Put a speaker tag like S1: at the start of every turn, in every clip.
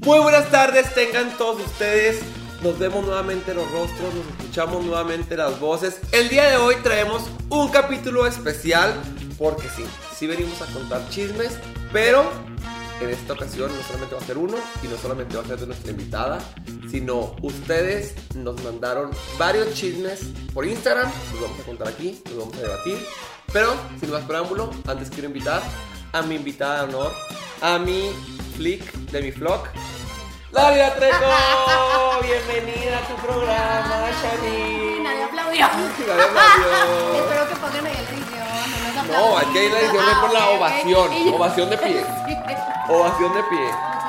S1: Muy buenas tardes, tengan todos ustedes. Nos vemos nuevamente los rostros, nos escuchamos nuevamente las voces. El día de hoy traemos un capítulo especial porque sí, sí venimos a contar chismes, pero en esta ocasión no solamente va a ser uno y no solamente va a ser de nuestra invitada, sino ustedes nos mandaron varios chismes por Instagram, los vamos a contar aquí, los vamos a debatir. Pero, sin más preámbulo, antes quiero invitar a mi invitada de honor, a mi flick de mi vlog, Laura Trejo. Bienvenida a tu programa, Shani.
S2: Nadie aplaudió. Espero que pongan ahí en la edición. No, nos
S1: No,
S2: aplaudan.
S1: aquí hay la edición es
S2: Ah,
S1: por la
S2: ok, ok. Y
S1: ovación,
S2: yo-
S1: ovación de pie.
S2: Sí.
S1: Ovación de pie.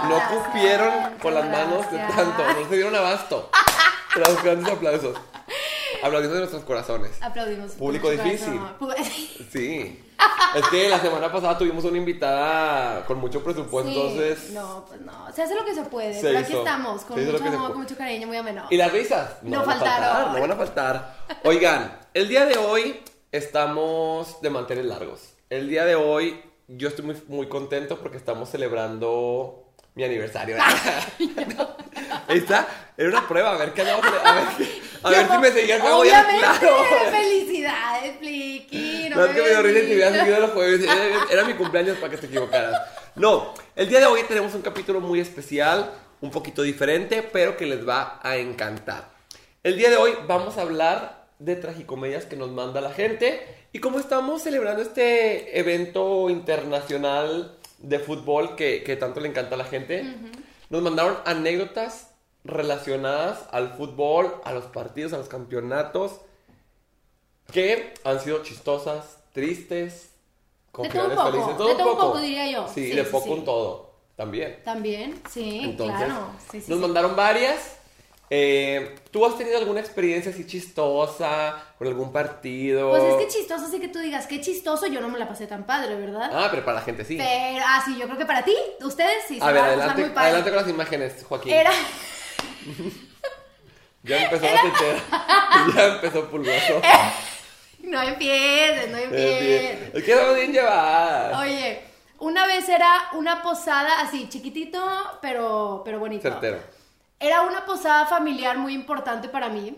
S1: No
S2: Muchas gracias,
S1: cupieron con las
S2: muchas
S1: manos de
S2: gracias.
S1: tanto, no se dieron abasto. Pero los grandes aplausos. Aplaudiendo de nuestros corazones.
S2: Aplaudimos.
S1: Público
S2: Mucho
S1: difícil.
S2: corazón. Pues Pu-
S1: Sí. Es que la semana pasada tuvimos una invitada con mucho presupuesto,
S2: Sí,
S1: Pues entonces.
S2: No, pues no. Se hace lo que se puede.
S1: Se
S2: pero aquí
S1: hizo.
S2: estamos. Con
S1: Se hizo lo
S2: mucho
S1: que se
S2: amor,
S1: puede.
S2: con mucho cariño, muy ameno.
S1: ¿Y las risas?
S2: No
S1: van a
S2: faltaron.
S1: faltar, no van a faltar. Oigan, el día de hoy estamos de manteles largos. El día de hoy yo estoy muy, muy contento porque estamos celebrando mi aniversario. Esta era una prueba, a ver qué andaba cele- A ver, a ver si me seguían
S2: no,
S1: voy a
S2: Obviamente.
S1: claro.
S2: Felicidades, Pliqui. No
S1: No, es que me dio risa
S2: ves
S1: si me hubieras
S2: bien.
S1: seguido los jueves. Era, era mi cumpleaños para que te equivocaras. No, el día de hoy tenemos un capítulo muy especial, un poquito diferente, pero que les va a encantar. El día de hoy vamos a hablar de tragicomedias que nos manda la gente. Y como estamos celebrando este evento internacional de fútbol que, que tanto le encanta a la gente, nos mandaron anécdotas relacionadas al fútbol, a los partidos, a los campeonatos que han sido chistosas, tristes, con
S2: De todo un
S1: finales
S2: poco,
S1: felices,
S2: de todo un poco, diría yo.
S1: Sí,
S2: Sí,
S1: de
S2: sí,
S1: poco
S2: sí.
S1: un todo también.
S2: También, sí,
S1: Entonces,
S2: claro. Sí, sí,
S1: nos
S2: sí.
S1: mandaron varias. Eh, ¿Tú has tenido alguna experiencia así chistosa con algún partido?
S2: Pues es que chistoso, así que tú digas, qué chistoso, yo no me la pasé tan padre, ¿verdad?
S1: Ah, pero para la gente sí.
S2: Pero, ah, sí, yo creo que para ti, ustedes sí, se
S1: a ver,
S2: van a pasar
S1: adelante,
S2: muy padre.
S1: adelante con las imágenes, Joaquín.
S2: Era,
S1: Ya empezó la tetera. ya empezó pulgoso.
S2: no empieces, no
S1: Eh,
S2: empieces.
S1: bien. Es que estamos bien llevadas.
S2: Oye, una vez era una posada así, chiquitito, pero, pero bonito.
S1: Certero.
S2: Era una posada familiar muy importante para mí.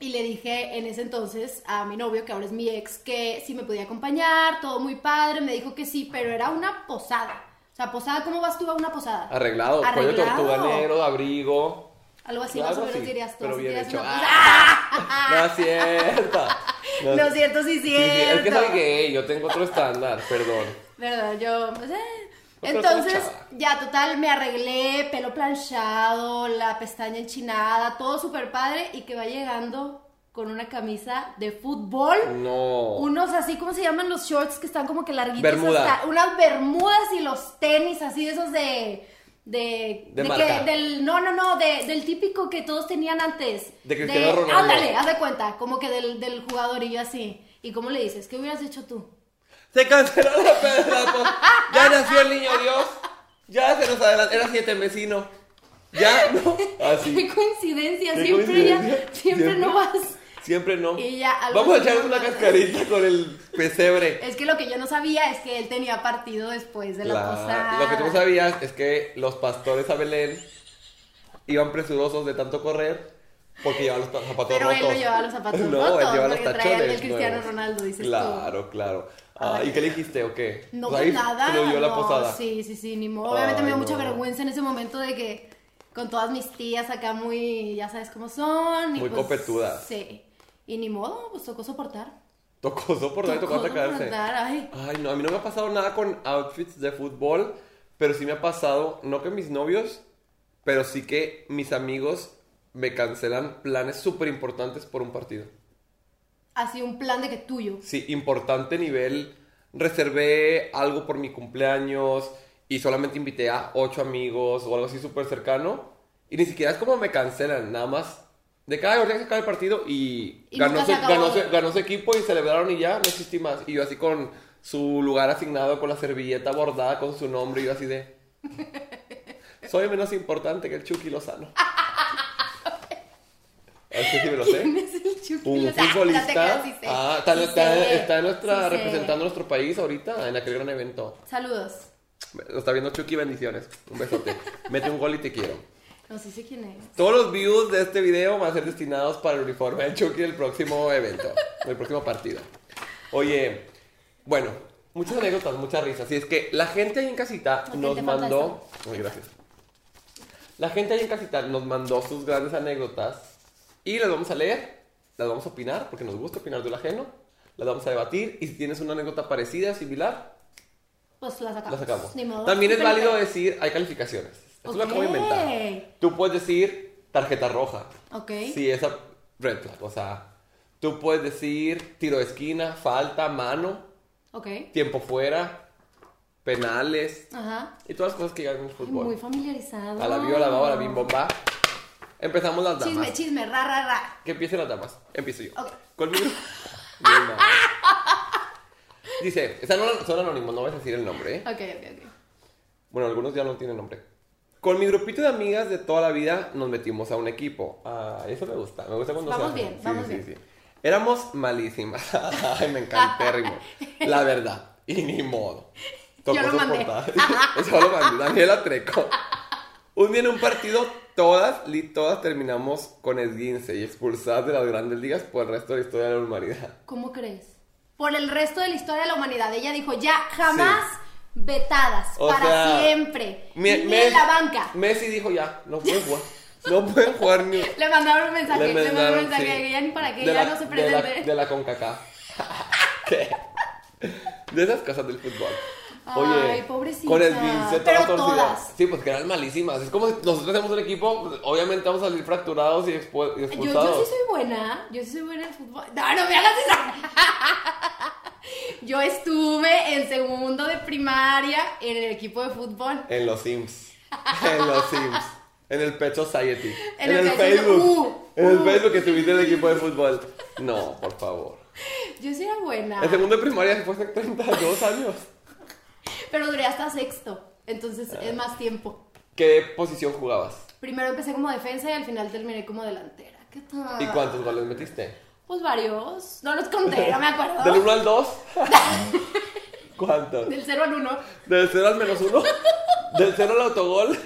S2: Y le dije en ese entonces a mi novio, que ahora es mi ex, que si me podía acompañar, todo muy padre. Me dijo que sí, pero era una posada. O sea, posada, ¿cómo vas tú a una posada?
S1: Arreglado, cuello
S2: Arreglado.
S1: tortuganero, abrigo.
S2: Algo así,
S1: Algo
S2: más o menos
S1: así,
S2: dirías tú.
S1: pero
S2: así
S1: bien
S2: dirías
S1: hecho.
S2: una
S1: ¡Ah!
S2: posada.
S1: No es cierto.
S2: No, es cierto, sí,
S1: Sí, sí, es que
S2: cierto.
S1: soy gay, yo tengo otro estándar, perdón.
S2: ¿Verdad? Yo, pues, eh.
S1: Pero
S2: Entonces,
S1: estaba chava.
S2: ya total, me arreglé, pelo planchado, la pestaña enchinada, todo súper padre y que va llegando con una camisa de fútbol.
S1: No.
S2: Unos así, ¿cómo se llaman los shorts que están como que larguitos?
S1: Bermuda.
S2: hasta- unas bermudas y los tenis así, esos de... De,
S1: De
S2: que-
S1: marca.
S2: del, no, no, no, de- del típico que todos tenían antes.
S1: De Cristiano Ronaldo.
S2: Ándale, haz de cuenta, como que del, del jugadorillo así. ¿Y cómo le dices? ¿Qué hubieras hecho tú?
S1: Se canceló la pedra. pues. Ya nació el niño Dios. Ya se nos adelantó. Era siete vecino. Ya, no. Así.
S2: Qué coincidencia,
S1: Qué
S2: siempre
S1: coincidencia.
S2: ya, siempre, no vas.
S1: Siempre no.
S2: Y ya, algo
S1: Vamos a
S2: así.
S1: echarnos una cascarita con el pesebre.
S2: Es que lo que yo no sabía es que él tenía partido después de la,
S1: La-
S2: posada.
S1: Lo que tú no sabías es que los pastores a Belén iban presurosos de tanto correr porque llevaban los zapatos
S2: Pero
S1: rotos.
S2: él no llevaba los zapatos
S1: No,
S2: rotos,
S1: él llevaba los
S2: porque
S1: tachones.
S2: traía el del Cristiano
S1: nuevos.
S2: Ronaldo, dices tú.
S1: Claro, claro. Ah, ¿Y qué le dijiste o qué?
S2: No,
S1: Pues
S2: pues
S1: ahí
S2: nada.
S1: Se lo dio la
S2: no,
S1: posada.
S2: Sí, sí, sí, ni modo. Obviamente
S1: Ay,
S2: me dio mucha
S1: no.
S2: vergüenza en ese momento de que con todas mis tías acá muy, ya sabes cómo son. y pues,
S1: Muy copetudas.
S2: Sí. Y ni modo, pues tocó soportar.
S1: Tocó soportar y tocó atacarse.
S2: soportar, ay.
S1: Ay, no, a mí no me ha pasado nada con outfits de fútbol, pero sí me ha pasado, no que mis novios, pero sí que mis amigos me cancelan planes súper importantes por un partido.
S2: Así un plan de que tuyo.
S1: Sí, importante nivel. Reservé algo por mi cumpleaños y solamente invité a ocho amigos o algo así súper cercano. Y ni siquiera es como me cancelan, nada más. De cada ahorita que se acaba el partido y,
S2: Y
S1: ganó,
S2: nunca
S1: su,
S2: se acabó.
S1: ganó su- ganó su equipo y celebraron y ya, no existí más. Y yo así con su lugar asignado, con la servilleta bordada con su nombre y yo así de... Soy menos importante que el Chucky Lozano. Así sí me lo sé.
S2: ¿Quién es el
S1: un futbolista ah, está, está- está en nuestra, representando nuestro país ahorita en aquel gran evento.
S2: Saludos.
S1: Lo está viendo Chucky, bendiciones. Un besote. Mete un gol y te quiero.
S2: No sé si quién es.
S1: Todos los views de este video van a ser destinados para el uniforme de Chucky del próximo evento, del próximo partido. Oye, bueno, muchas anécdotas, muchas risas. Así es que la gente ahí en casita
S2: Ok,
S1: nos
S2: te falta
S1: mandó. Muy gracias. La gente ahí en casita nos mandó sus grandes anécdotas y las vamos a leer, las vamos a opinar, porque nos gusta opinar del ajeno, las vamos a debatir y si tienes una anécdota parecida, similar,
S2: Pues la
S1: la
S2: sacamos.
S1: sacamos.
S2: Ni modo.
S1: También es
S2: Pero-
S1: válido decir, hay calificaciones. Esto lo acabo de
S2: Ok.
S1: inventar. Tú puedes decir tarjeta roja.
S2: Ok.
S1: Sí, esa red flag. O sea, tú puedes decir tiro de esquina, falta, mano,
S2: Ok.
S1: tiempo fuera, penales
S2: Ajá.
S1: y todas las cosas que llegan en el
S2: Ay,
S1: fútbol.
S2: muy familiarizado.
S1: A la viola, va, a la bim, bom, va. Empezamos las damas.
S2: Chisme, chisme, ra, ra, ra.
S1: Que empiecen las damas. Empiezo yo.
S2: Ok.
S1: Conmigo. Bien, madre. Dice, esa no la- son anónimos, no vas a decir el nombre, ¿eh?
S2: Ok, ok, ok.
S1: Bueno, algunos ya no tienen nombre. Con mi grupito de amigas de toda la vida nos metimos a un equipo. Ah, eso me gusta. Me gusta cuando se
S2: Vamos
S1: hace.
S2: bien, vamos bien.
S1: Éramos malísimas. Ay, me encantérrimo. La verdad. Y ni modo.
S2: Yo lo mandé.
S1: soportar. Eso lo mandé. Daniela Treco. Un día en un partido, todas, li, todas terminamos con esguince y expulsadas de las grandes ligas por el resto de la historia de la humanidad.
S2: ¿Cómo crees? Por el resto de la historia de la humanidad. Ella dijo, ya jamás vetadas.
S1: O
S2: para
S1: sea,
S2: siempre.
S1: Me-
S2: Ni
S1: Messi-
S2: en la banca.
S1: Messi dijo ya, no pueden jugar. No pueden jugar ni
S2: Le mandaron un mensaje. Le, mandaron un mensaje.
S1: sí.
S2: que Ya ni para qué.
S1: De
S2: ya
S1: la-
S2: no se
S1: de la- De
S2: presente.
S1: la, CONCACAF. ¿Qué? De esas cosas del fútbol.
S2: Ay,
S1: Oye,
S2: pobrecita.
S1: Con esguince,
S2: Pero
S1: todas torcidas.
S2: todas.
S1: Sí, pues que eran malísimas. Es como si nosotros hacemos un equipo, pues, obviamente vamos a salir fracturados y, expu- y
S2: Yo,
S1: expulsados.
S2: yo sí soy buena, yo sí soy buena en fútbol. No, no me hagas esa. Yo estuve en segundo de primaria en el equipo de fútbol.
S1: En los Sims. En los Sims. En el Pet Society.
S2: En
S1: En,
S2: el
S1: el,
S2: Pet
S1: Facebook.
S2: Society. Uh,
S1: en el
S2: uh.
S1: Facebook que tuviste el equipo de fútbol. No, por favor.
S2: Yo sí era buena,
S1: El segundo de primaria después de 32 años.
S2: pero duré hasta sexto, entonces es más tiempo.
S1: ¿Qué posición jugabas?
S2: Primero empecé como defensa y al final terminé como delantera. ¿Qué tal?
S1: ¿Y cuántos goles metiste?
S2: Pues varios. No los conté, no me
S1: ¿Del
S2: acuerdo.
S1: 1 al 2? ¿Cuántos?
S2: Del 0 al 1.
S1: ¿Del 0 al menos 1? ¿Del 0 al autogol?
S2: Oye,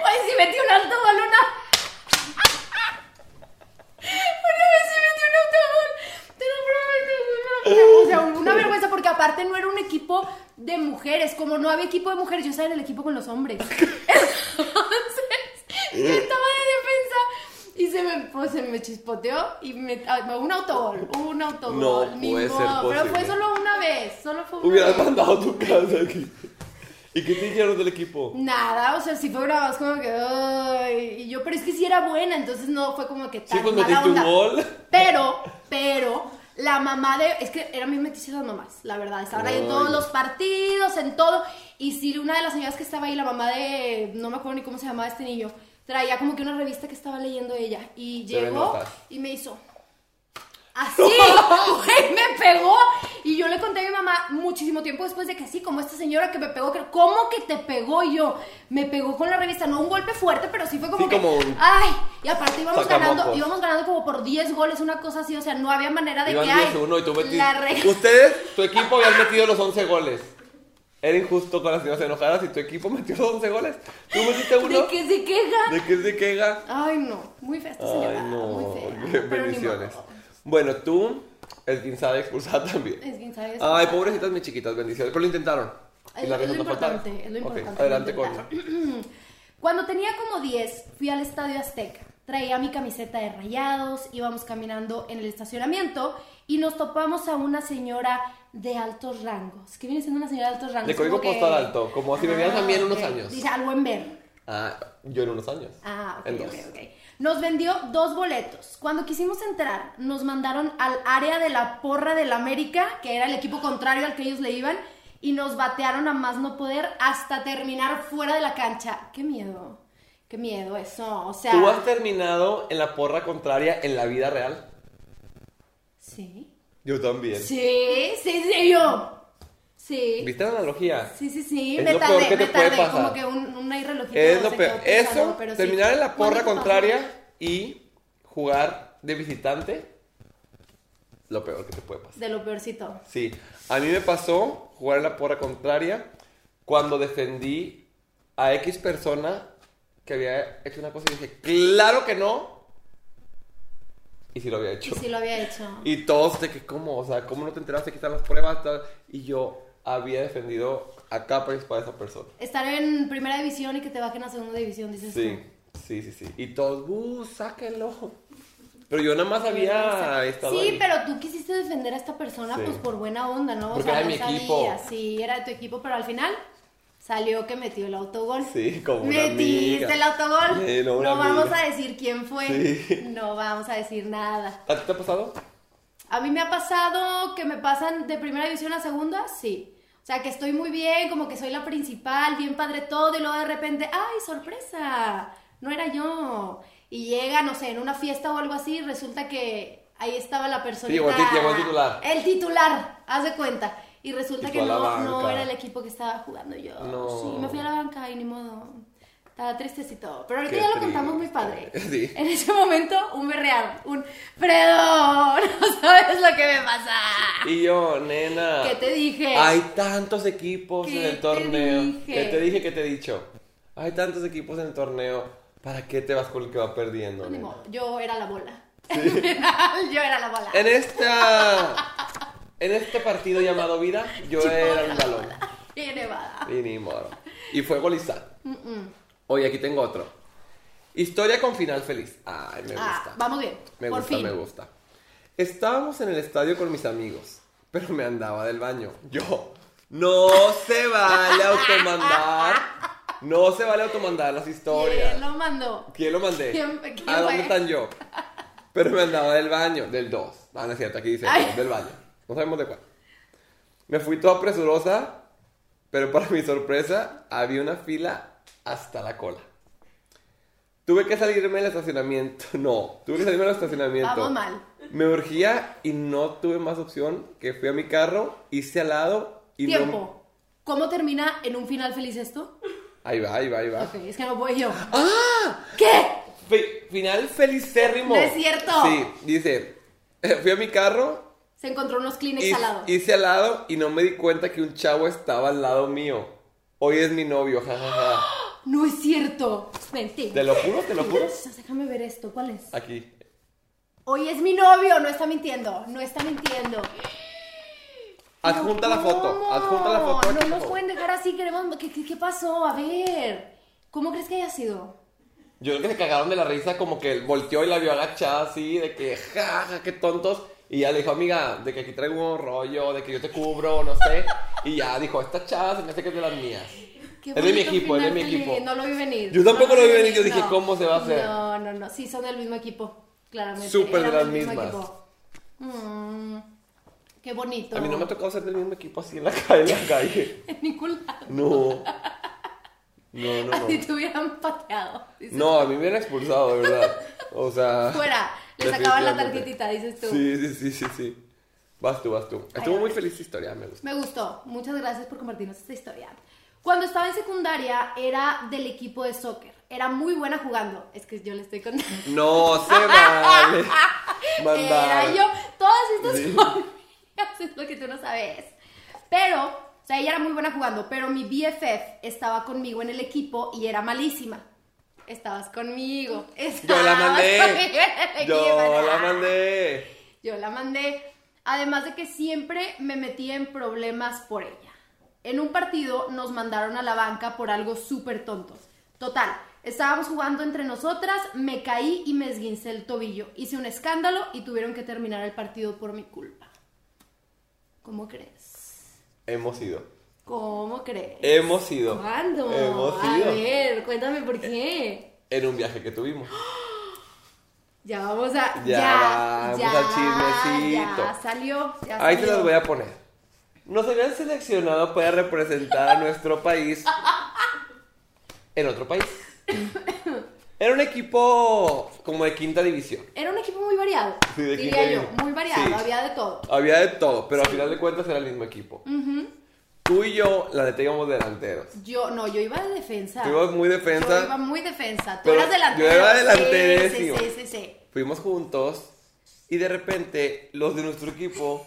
S2: si metí un autogol una. Una vez sí metí un autogol. Te lo prometo, es una vergüenza. Una vergüenza porque aparte no era un equipo de mujeres. Como no había equipo de mujeres, yo estaba en el equipo con los hombres. Entonces, yo estaba de defensa. Y se me, pues, se me chispoteó y me, ah, un autogol, un autogol.
S1: No
S2: ni
S1: puede ser
S2: modo, Pero fue
S1: posible.
S2: solo una vez, solo fue una
S1: Hubieras
S2: vez.
S1: mandado tu casa aquí. ¿Y qué te hicieron del equipo?
S2: Nada, o sea, sí fue una voz como que, ay, y yo, pero es que sí era buena, entonces no fue como que tan
S1: Sí, pues
S2: mala
S1: metiste un
S2: onda.
S1: gol.
S2: Pero, pero, la mamá de, es que eran mis metiches las mamás, la verdad, estaban ahí en
S1: Ay.
S2: todos los partidos, en todo, y sí, una de las señoras que estaba ahí, la mamá de, no me acuerdo ni cómo se llamaba este niño, traía como que una revista que estaba leyendo ella, y
S1: Te
S2: llegó
S1: enojas.
S2: y me hizo... Así, güey, me pegó. Y yo le conté a mi mamá muchísimo tiempo después de que sí, como esta señora que me pegó, que, ¿cómo que te pegó Y yo? Me pegó con la revista, no un golpe fuerte, pero sí fue como
S1: Sí,
S2: que,
S1: como un-
S2: ay, y aparte íbamos
S1: Sacamocos.
S2: ganando, íbamos ganando como por 10 goles, una cosa así, o sea, no había manera de
S1: Iban
S2: que ay,
S1: 10-1 y tú
S2: la re-
S1: metiste. Ustedes, tu equipo habían metido los 11 goles. Era injusto con las señoras enojadas y tu equipo metió los 11 goles. ¿Tú metiste uno?
S2: de que se queja.
S1: ¿De qué se queja?
S2: Ay, no, muy fea esta
S1: Ay,
S2: señora,
S1: no.
S2: Este muy fea.
S1: Qué
S2: pero ni
S1: bendiciones.
S2: modo.
S1: Bueno, tú, esguinzada y expulsada también.
S2: Esguinzada y expulsada.
S1: Ay, pobrecitas mis chiquitas, bendiciones. Pero lo intentaron.
S2: Es-
S1: la
S2: es lo
S1: razón no falta.
S2: importante, es lo
S1: Ok,
S2: importante,
S1: adelante
S2: lo
S1: con.
S2: intentaron. Cuando tenía como 10, fui al Estadio Azteca. Traía mi camiseta de rayados, íbamos caminando en el estacionamiento y nos topamos a una señora de altos rangos. ¿Qué viene siendo una señora de altos rangos?
S1: De código
S2: Como que-
S1: postal alto, como si vivían también unos
S2: ok.
S1: años.
S2: Dice algo en verde.
S1: Ah, yo en unos años.
S2: Ah, ok,
S1: En
S2: ok,
S1: dos.
S2: ok. Nos vendió dos boletos. Cuando quisimos entrar, nos mandaron al área de la porra del América, que era el equipo contrario al que ellos le iban, y nos batearon a más no poder hasta terminar fuera de la cancha. Qué miedo, qué miedo eso. O sea,
S1: ¿Tú has terminado en la porra contraria en la vida real?
S2: sí,
S1: Yo también.
S2: sí, sí, sí, yo, sí.
S1: ¿Viste la analogía?
S2: Sí, sí, sí,
S1: Es
S2: me
S1: lo
S2: tardé,
S1: peor que
S2: me
S1: te puede
S2: tardé,
S1: pasar.
S2: como que un, una relojito
S1: es lo
S2: se
S1: peor.
S2: quedó pensando,
S1: Eso,
S2: pero sí.
S1: terminar en la
S2: ¿Cuándo
S1: porra
S2: te pasó?
S1: contraria y jugar de visitante, lo peor que te puede pasar.
S2: De lo peorcito.
S1: Sí, a mí me pasó jugar en la porra contraria cuando defendí a X persona que había hecho una cosa y dije, claro que no. Y sí lo había
S2: Y
S1: hecho.
S2: sí lo había hecho.
S1: Y todos de que, ¿cómo? O sea, ¿cómo no te enteraste? Aquí están las pruebas. tal. Y yo había defendido a capa y espada a esa persona.
S2: Estar en primera división y que te bajen a segunda división, dices
S1: Sí,
S2: tú.
S1: sí, sí, sí. Y todos, ¡uh, sáquenlo! Pero yo nada más había estado
S2: sí,
S1: ahí.
S2: pero tú quisiste defender a esta persona
S1: Sí.
S2: pues por buena onda, ¿no?
S1: Porque era
S2: no
S1: mi equipo.
S2: sabías, Sí, era de tu equipo, pero al final salió que metió el autogol.
S1: Sí, como una
S2: Metiste
S1: amiga.
S2: el autogol.
S1: Sí, no, una
S2: no vamos
S1: amiga.
S2: a decir quién fue.
S1: Sí.
S2: No vamos a decir nada.
S1: ¿A ti te ha pasado?
S2: A mí me ha pasado que me pasan de primera división a segunda, sí. O sea, que estoy muy bien, como que soy la principal, bien padre todo, y luego de repente, ¡ay, sorpresa! No era yo. Y llega, no sé, en una fiesta o algo así, y resulta que ahí estaba la persona.
S1: llegó el tit- llegó el titular.
S2: El titular, haz de cuenta. Y resulta
S1: Y
S2: que
S1: tú a la
S2: no, no
S1: banca.
S2: era el equipo que estaba jugando yo.
S1: No.
S2: Sí, me fui a la banca y ni modo. Estaba tristecito. Pero ahorita
S1: Qué
S2: ya lo
S1: triste.
S2: contamos muy padre.
S1: Sí.
S2: En ese momento, un berreado, un Fredo, no sabes lo que me pasa.
S1: Y yo, nena.
S2: ¿Qué Ah. te dije?
S1: Hay tantos equipos
S2: ¿Qué
S1: en el
S2: te
S1: torneo.
S2: dije?
S1: ¿Qué te dije? ¿Qué te he dicho? Hay tantos equipos en el torneo. ¿Para qué te vas con el que va perdiendo?
S2: Ni
S1: nena?
S2: modo, yo era la bola. Al final, yo era la bola.
S1: En esta. En este partido llamado vida, yo era el balón.
S2: Y nevada.
S1: Y ni modo. Y fue golizar.
S2: Mm-mm.
S1: Oye, aquí tengo otro. Historia con final feliz. Ay, me
S2: Ah,
S1: gusta.
S2: vamos bien.
S1: Me
S2: Por
S1: gusta,
S2: fin.
S1: me gusta. Estábamos en el estadio con mis amigos, pero me andaba del baño. Yo, no se vale automandar. No se vale automandar las historias.
S2: ¿Quién lo mandó?
S1: ¿Quién lo mandé?
S2: ¿Quién- quién
S1: ¿A dónde
S2: fue?
S1: están yo? Pero me andaba del baño, del 2. Ah, no es cierto, aquí dice
S2: Ay.
S1: dos, del baño. No sabemos de cuál. Me fui toda presurosa, pero para mi sorpresa había una fila hasta la cola. Tuve que salirme del estacionamiento. No, tuve que salirme del estacionamiento.
S2: Vamos mal.
S1: Me urgía y no tuve más opción que fui a mi carro, hice al lado y no-
S2: Tiempo. ¿Cómo termina en un final feliz esto?
S1: Ahí va, ahí va, ahí va.
S2: Ok, es que no voy yo.
S1: ¡Ah!
S2: ¿Qué?
S1: Fi- final felicérrimo.
S2: No es cierto.
S1: Sí, dice, fui a mi carro,
S2: Se encontró unos Kleenex
S1: y,
S2: al lado.
S1: hice al lado y no me di cuenta que un chavo estaba al lado mío. Hoy es mi novio, jajaja.
S2: No es cierto. Mentira.
S1: Te lo juro, te lo juro.
S2: Déjame ver esto, ¿cuál es?
S1: Aquí.
S2: Hoy es mi novio, no está mintiendo, no está mintiendo.
S1: Adjunta la foto,
S2: ¿Cómo?
S1: adjunta la foto. aquí,
S2: No
S1: por
S2: nos
S1: favor.
S2: pueden dejar así, queremos. ¿Qué, qué, qué pasó? A ver. ¿Cómo crees que haya sido?
S1: Yo creo que se cagaron de la risa, como que volteó y la vio agachada así, de que jaja, qué tontos. Y ya le dijo, amiga, de que aquí traigo un rollo, de que yo te cubro, no sé. Y ya dijo, esta chava se me hace que es de las mías.
S2: Qué
S1: Es de mi
S2: bonito
S1: equipo, es de
S2: final
S1: mi
S2: feliz,
S1: equipo.
S2: No lo vi venir.
S1: Yo tampoco
S2: No
S1: lo vi venir, yo dije,
S2: no.
S1: ¿cómo se va a hacer?
S2: No, no, no. Sí, son del mismo equipo, claramente.
S1: Súper de
S2: eran
S1: las
S2: del mismo
S1: mismas.
S2: equipo. Mm, qué bonito.
S1: A mí no me ha tocado ser del mismo equipo así en la calle. En la calle.
S2: En ningún lado.
S1: No. No, no, no.
S2: Así te hubieran pateado. dices,
S1: No, a mí me hubieran expulsado, de verdad. O sea.
S2: Fuera. Le sacaban la
S1: definitivamente.
S2: tarjetita, dices tú.
S1: Sí, sí, sí, sí, sí. Vas tú, vas tú. Estuvo
S2: Ay,
S1: muy feliz tu historia, me gusta.
S2: Me gustó. Muchas gracias por compartirnos esta historia. Cuando estaba en secundaria era del equipo de soccer. Era muy buena jugando. Es que yo le estoy contando.
S1: No se vale. Mandar.
S2: Era yo. Todas estas son mías, es lo que tú no sabes. Pero, o sea, ella era muy buena jugando, pero mi BFF estaba conmigo en el equipo y era malísima. Estabas conmigo.
S1: Yo la
S2: estabas
S1: mandé.
S2: conmigo en el
S1: Yo
S2: equipo.
S1: la mandé.
S2: Yo la mandé. Además de que siempre me metía en problemas por ella. En un partido nos mandaron a la banca por algo súper tonto. Total, estábamos jugando entre nosotras, me caí y me esguincé el tobillo. Hice un escándalo y tuvieron que terminar el partido por mi culpa. ¿Cómo crees?
S1: Hemos ido.
S2: ¿Cómo crees?
S1: Hemos ido.
S2: ¿Cuándo?
S1: Hemos
S2: A
S1: ido.
S2: ver, cuéntame por qué.
S1: En un viaje que tuvimos.
S2: Ya vamos a.
S1: Ya
S2: Ya,
S1: vamos
S2: ya,
S1: al chismecito.
S2: Ya salió. ya
S1: Ahí te
S2: salió.
S1: las voy a poner. Nos habían seleccionado para representar a nuestro país en otro país. Era un equipo como de quinta división.
S2: Era un equipo muy variado,
S1: Sí, de equipo
S2: diría yo,
S1: bien.
S2: muy variado,
S1: Sí.
S2: había de todo.
S1: Había de todo, pero al final de cuentas era el mismo equipo. Tú y yo, la neta, íbamos delanteros.
S2: Yo, no, yo iba de defensa.
S1: Tú ibas muy defensa.
S2: Yo iba muy defensa, tú
S1: Pero
S2: eras delantero.
S1: yo era
S2: Sí,
S1: delanterísimo.
S2: Sí, sí, sí, sí.
S1: Fuimos juntos Y de repente, los de nuestro equipo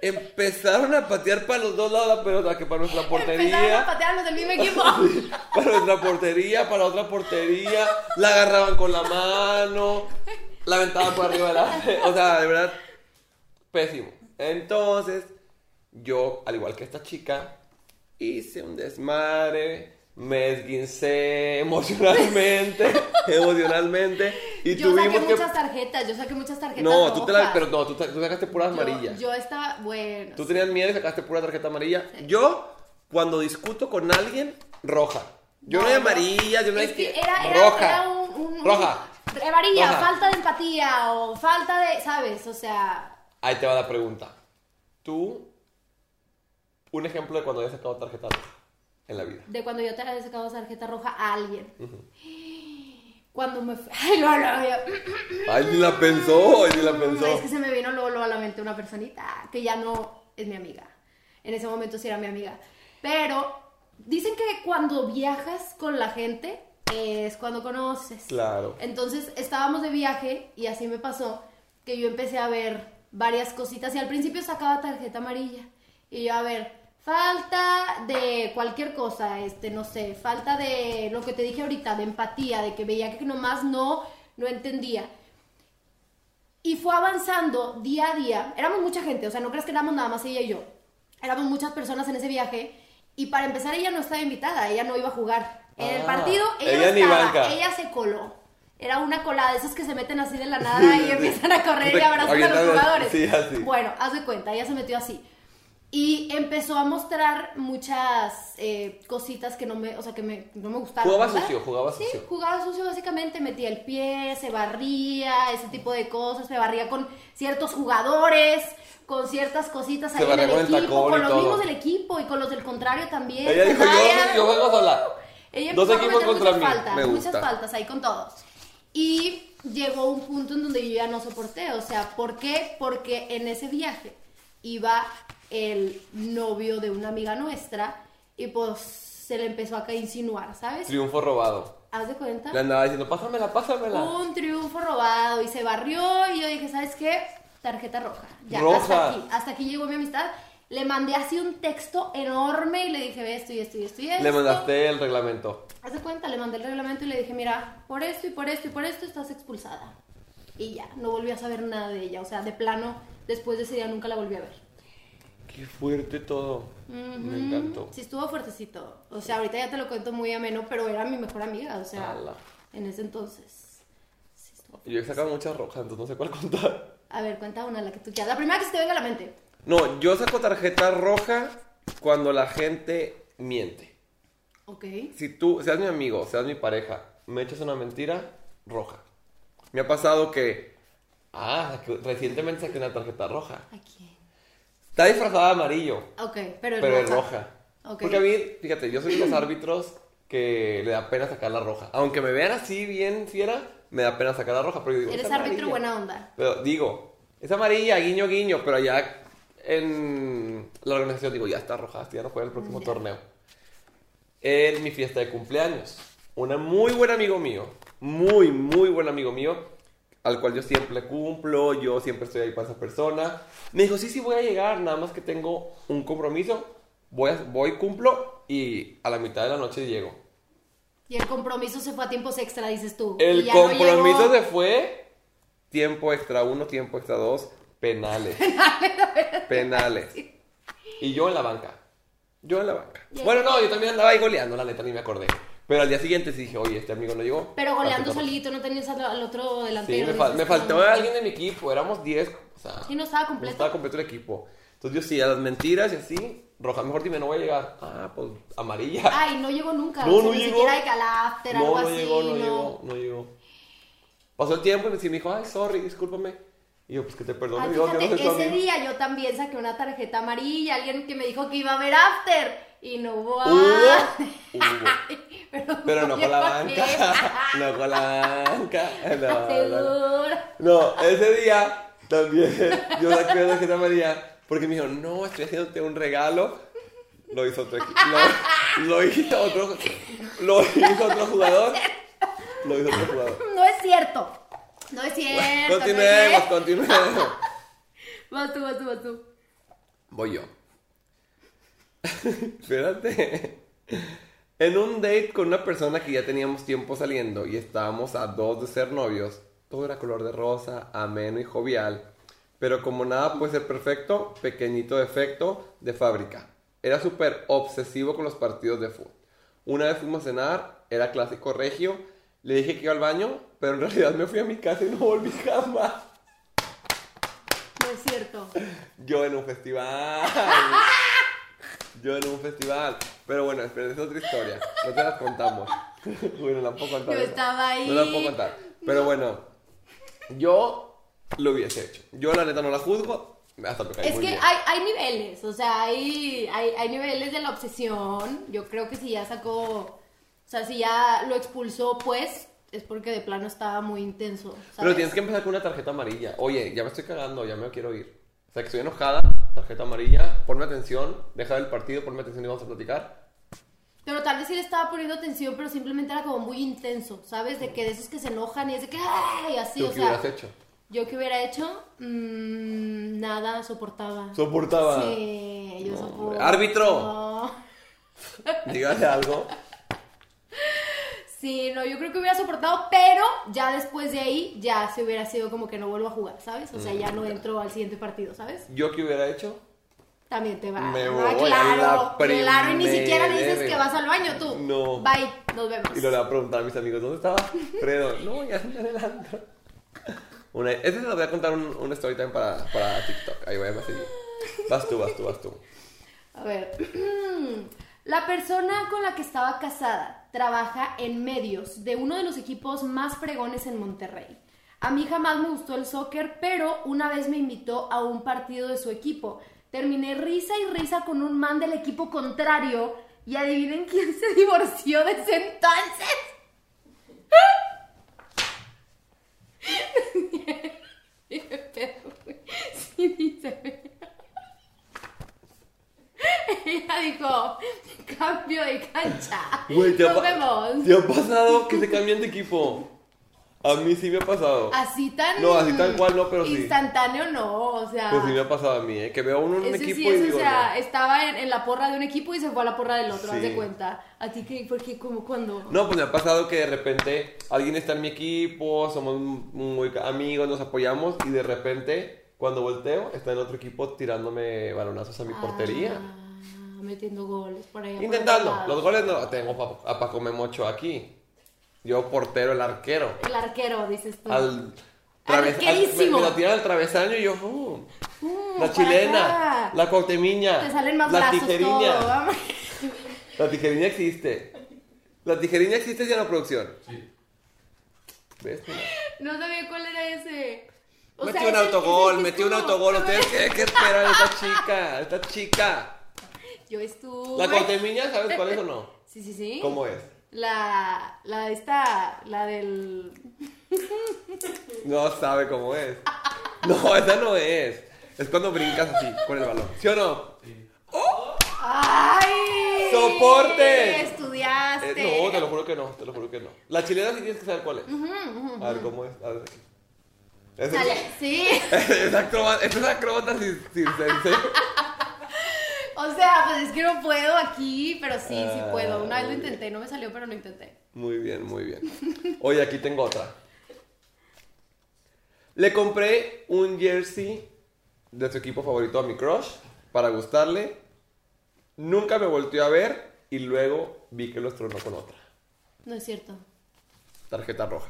S1: empezaron a patear para los dos lados la pelota, que para nuestra
S2: Empezaron a
S1: portería,
S2: patear a los del mismo equipo.
S1: para nuestra portería, para otra portería, la agarraban con la mano, la aventaban por arriba de la... O sea, de verdad, pésimo. Entonces, yo, al igual que esta chica, hice un desmadre, me esguincé emocionalmente, emocionalmente, y
S2: yo saqué
S1: tuvimos que...
S2: muchas tarjetas, yo saqué muchas tarjetas.
S1: No, tú, te la,
S2: rojas.
S1: pero no, tú, sa- tú sacaste puras
S2: Yo-
S1: amarillas.
S2: Yo estaba, bueno.
S1: Tú tenías miedo y sacaste pura tarjeta amarilla. Yo, cuando discuto con alguien, roja. Yo no,
S2: No,
S1: hay
S2: no.
S1: amarilla, yo no hay
S2: Es que
S1: que-
S2: era, era-
S1: roja.
S2: era un, un-
S1: roja.
S2: un- amarilla,
S1: Roja.
S2: falta de empatía o falta de, ¿sabes? O sea,
S1: Ahí te va la pregunta. Tú, un ejemplo de cuando hayas sacado tarjeta roja en la vida.
S2: de cuando yo te había sacado tarjeta roja a alguien. Cuando me fue... Ay, no, no, yo-
S1: Ay, ni la pensó, ay, ni la
S2: Es
S1: pensó.
S2: que se me vino luego, luego a la mente una personita que ya no es mi amiga. En ese momento sí era mi amiga. Pero dicen que cuando viajas con la gente es cuando conoces.
S1: Claro.
S2: Entonces estábamos de viaje y así me pasó que yo empecé a ver varias cositas y al principio sacaba tarjeta amarilla y yo a ver falta de cualquier cosa, este no sé, falta de lo que te dije ahorita, de empatía, de que veía que nomás no no entendía. Y fue avanzando día a día. Éramos mucha gente, o sea, no crees que éramos nada más ella y yo. Éramos muchas personas en ese viaje. Y para empezar, ella no estaba invitada, ella no iba a jugar. En el
S1: Ah,
S2: partido, ella,
S1: ella
S2: no
S1: ni
S2: estaba,
S1: banca.
S2: ella se coló. Era una colada de esas que se meten así de la nada y empiezan a correr y
S1: Te-
S2: abrazan a los
S1: avientan-
S2: jugadores.
S1: sí, así.
S2: Bueno, haz de cuenta, ella se metió así. Y empezó a mostrar muchas eh, cositas que no me, o sea, que me, no me gustaron.
S1: Jugaba
S2: ¿verdad?
S1: sucio, jugaba
S2: Sí,
S1: sucio.
S2: jugaba sucio básicamente, metía el pie, se barría, ese tipo de cosas, se barría con ciertos jugadores, con ciertas cositas
S1: Se
S2: ahí en
S1: barría
S2: el
S1: con el
S2: equipo,
S1: tacón
S2: con
S1: y
S2: los
S1: todo.
S2: mismos del equipo y con los del contrario también.
S1: Ella dijo,
S2: Ah,
S1: yo,
S2: era-
S1: yo juego sola.
S2: ella
S1: Dos
S2: empezó a
S1: equipos contra
S2: cometer muchas
S1: mí.
S2: faltas,
S1: Me
S2: muchas
S1: gusta.
S2: faltas ahí con todos. Y llegó un punto en donde yo ya no soporté, o sea, ¿por qué? Porque en ese viaje iba el novio de una amiga nuestra y pues se le empezó a ca- insinuar, ¿sabes?
S1: Triunfo robado.
S2: Haz de cuenta.
S1: Le andaba diciendo, pásamela, pásamela.
S2: Un triunfo robado y se barrió y yo dije, ¿sabes qué? Tarjeta roja. Ya,
S1: Roja.
S2: hasta aquí. Hasta aquí llegó mi amistad. Le mandé así un texto enorme y le dije, ve esto y esto y esto y esto.
S1: Le mandaste el reglamento.
S2: Haz de cuenta, le mandé el reglamento y le dije, mira, por esto y por esto y por esto estás expulsada. Y ya, no volví a saber nada de ella. O sea, de plano, después de ese día nunca la volví a ver.
S1: Qué fuerte todo. Me encantó.
S2: Sí, estuvo fuertecito. O sea, ahorita ya te lo cuento muy ameno, pero era mi mejor amiga, o sea,
S1: Ala.
S2: en ese entonces. Sí, estuvo
S1: Yo he sacado muchas rojas, entonces no sé cuál contar.
S2: A ver, cuenta una, la que tú quieras. La primera que se te venga a la mente.
S1: No, yo saco tarjeta roja cuando la gente miente.
S2: Ok.
S1: Si tú, seas mi amigo, seas mi pareja, me echas una mentira, roja. Me ha pasado que, ah, que recientemente saqué una tarjeta roja.
S2: ¿A quién?
S1: Está disfrazada de amarillo,
S2: Ok, pero es
S1: pero es
S2: roja.
S1: roja.
S2: Ok.
S1: Porque a mí, fíjate, yo soy de los árbitros que le da pena sacar la roja. Aunque me vean así bien fiera, me da pena sacar la roja. Pero yo digo,
S2: Eres
S1: "Es
S2: árbitro
S1: amarilla".
S2: buena onda.
S1: Pero digo, es amarilla, guiño, guiño, pero allá en la organización digo, ya está roja, ya no juega el próximo
S2: Ya.
S1: torneo. En mi fiesta de cumpleaños, un muy buen amigo mío, muy, muy buen amigo mío, al cual yo siempre cumplo, yo siempre estoy ahí para esa persona, me dijo, sí, sí, voy a llegar, nada más que tengo un compromiso, voy, a- voy cumplo y a la mitad de la noche llego.
S2: Y el compromiso se fue a tiempos extra, dices tú. Y
S1: El
S2: ya no
S1: compromiso
S2: llegó.
S1: se fue. Tiempo extra uno, tiempo extra dos, penales. penales. Y yo en la banca. Yo en la banca.
S2: Ya.
S1: Bueno, no, yo también andaba ahí goleando, la neta, ni me acordé. Pero al día siguiente sí dije, oye, este amigo no llegó.
S2: Pero goleando
S1: Así que-
S2: solito, no tenías al, al otro
S1: Sí,
S2: delantero.
S1: me,
S2: dices
S1: fal- me
S2: tú.
S1: faltó alguien de mi equipo, éramos 10. O sea,
S2: Sí, no estaba completo.
S1: no estaba completo el equipo. Entonces yo sí, a las mentiras y así, roja, mejor dime, no voy a llegar. Ah, pues amarilla.
S2: Ay, no llegó nunca.
S1: No,
S2: o sea,
S1: no
S2: ni
S1: llegó.
S2: siquiera de caláster, algo así.
S1: llegó, no, llegó, no llegó. Pasó el tiempo y me sí me dijo, ay, sorry, discúlpame. Y yo, pues que te
S2: Ay,
S1: perdone, Dios, yo
S2: fíjate,
S1: no sé tu
S2: ese
S1: amigo.
S2: día yo también saqué una tarjeta amarilla. Alguien que me dijo que iba a ver after. Y no hubo.
S1: Hubo, hubo.
S2: Pero,
S1: Pero no con la
S2: llegó
S1: banca.
S2: aquel.
S1: No con la banca. No, no, no.
S2: Segura.
S1: No, ese día también yo saqué la tarjeta María porque me dijo, no, estoy haciéndote un regalo. Lo hizo otro equi- lo, lo hizo otro lo hizo otro jugador. Lo hizo otro jugador.
S2: No es cierto. No es cierto. no es
S1: Continuemos,
S2: cierto.
S1: continuemos.
S2: Vas tú, vas tú, vas tú.
S1: Voy yo. Espérate. En un date con una persona que ya teníamos tiempo saliendo y estábamos a dos de ser novios, todo era color de rosa, ameno y jovial. Pero como nada puede ser perfecto, pequeñito defecto de fábrica. Era súper obsesivo con los partidos de fútbol. Una vez fuimos a cenar, era clásico regio, le dije que iba al baño, pero en realidad me fui a mi casa y no volví jamás.
S2: No es cierto.
S1: Yo en un festival. Yo en un festival. Pero bueno, espera, es otra historia. No te las contamos. bueno, la puedo contar.
S2: Yo
S1: esa.
S2: estaba ahí.
S1: No la puedo contar. Pero bueno, yo lo hubiese hecho. Yo la neta no la juzgo. Hasta me cae
S2: Es
S1: muy
S2: que
S1: bien.
S2: hay, hay niveles, o sea, hay, hay, hay niveles de la obsesión. Yo creo que si ya sacó, o sea, si ya lo expulsó, pues, es porque de plano estaba muy intenso. ¿sabes?
S1: Pero tienes que empezar con una tarjeta amarilla. Oye, ya me estoy cagando, ya me quiero ir. O sea, que estoy enojada, tarjeta amarilla, ponme atención, deja el partido, ponme atención y vamos a platicar.
S2: Pero tal vez sí le estaba poniendo atención, pero simplemente era como muy intenso, ¿sabes? De que de esos que se enojan y es de que, ¡ay! Y así,
S1: ¿Tú
S2: o
S1: qué
S2: sea.
S1: hubieras hecho?
S2: Yo que hubiera hecho, Mm, nada, soportaba.
S1: ¿Soportaba?
S2: Sí, yo
S1: No, hombre.
S2: soportaba.
S1: ¡Árbitro! Dígale algo.
S2: Sí, no, yo creo que hubiera soportado, pero ya después de ahí ya se hubiera sido como que no vuelvo a jugar, ¿sabes? O sea, ya
S1: Mm.
S2: no entro al siguiente partido, ¿sabes?
S1: ¿Yo qué hubiera hecho?
S2: También te va.
S1: Me
S2: va,
S1: voy a la
S2: claro, claro, y ni
S1: primera,
S2: siquiera le dices
S1: eh.
S2: que vas al baño tú.
S1: No.
S2: Bye, nos vemos.
S1: Y lo le va a preguntar a mis amigos, ¿dónde estaba Fredo? No, ya me adelanto. Una, este se lo voy a contar un, una story time para, para TikTok. Ahí voy a seguir. Vas tú, vas tú, vas tú.
S2: A ver. La persona con la que estaba casada trabaja en medios de uno de los equipos más fregones en Monterrey. A mí jamás me gustó el soccer, pero una vez me invitó a un partido de su equipo. Terminé risa y risa con un man del equipo contrario y adivinen quién se divorció desde entonces. Qué pedo, güey. Sí, dice. Ella dijo, cambio de cancha.
S1: Güey, ¿te ha
S2: Nos
S1: pa-
S2: vemos.
S1: ¿Te ha pasado que se cambian de equipo? A mí sí me ha pasado.
S2: Así tan...
S1: No, así tal cual no, pero sí.
S2: Instantáneo no, o sea...
S1: Pues sí me ha pasado a mí, ¿eh? Que veo uno en un
S2: ese
S1: equipo
S2: sí,
S1: y
S2: ese,
S1: digo,
S2: o sea,
S1: no.
S2: estaba en, en la porra de un equipo y se fue a la porra del otro,
S1: Sí.
S2: haz de cuenta. Así que, porque como cuando...
S1: No, pues me ha pasado que de repente alguien está en mi equipo, somos muy amigos, nos apoyamos y de repente cuando volteo está en otro equipo tirándome balonazos a mi portería.
S2: Ah, metiendo goles por ahí.
S1: Intentando. Los goles no. Tengo pa- a Paco Memocho aquí. Yo portero, el arquero.
S2: El arquero, dices tú.
S1: Al traves- al-
S2: Arquerísimo.
S1: me, me la tiran al travesaño y yo. uh,
S2: Mm,
S1: la
S2: para
S1: chilena.
S2: acá.
S1: La cortemiña.
S2: Te salen más
S1: la
S2: brazos
S1: tijeriña.
S2: todo. vamos.
S1: La tijeriña existe. La tijeriña existe ya en la producción.
S3: Sí.
S1: ¿Ves? Mira.
S2: No sabía cuál era ese. O
S1: metí
S2: sea,
S1: un
S2: es el-
S1: autogol,
S2: es el que
S1: metí un
S2: estuvo.
S1: autogol. ¿Ustedes qué, qué esperan de esta chica? de Esta chica.
S2: Yo estuve.
S1: La cortemiña, ¿sabes cuál es o no?
S2: Sí, sí, sí.
S1: ¿Cómo es?
S2: La, la de esta, la del...
S1: No sabe cómo es. No, esa no es. Es cuando brincas así con el balón. ¿Sí o no? Eh,
S2: ¡Ay!
S1: ¡Soporte! Eh,
S2: Estudiaste.
S1: no, te lo juro que no, te lo juro que no. La chilena sí tienes que saber cuál es. A ver cómo es. A ver. Es,
S2: Sale- Sí,
S1: es acrobata, es acrobata sin, sin sense.
S2: o sea, pues es que no puedo aquí, pero sí, sí
S1: Ah,
S2: puedo. Una vez lo
S1: muy
S2: intenté, no me salió, pero lo intenté.
S1: Muy bien, muy bien. Oye, aquí tengo otra. Le compré un jersey de su equipo favorito a mi crush para gustarle. Nunca me volteó a ver y luego vi que lo estrenó con otra.
S2: No es cierto.
S1: Tarjeta roja.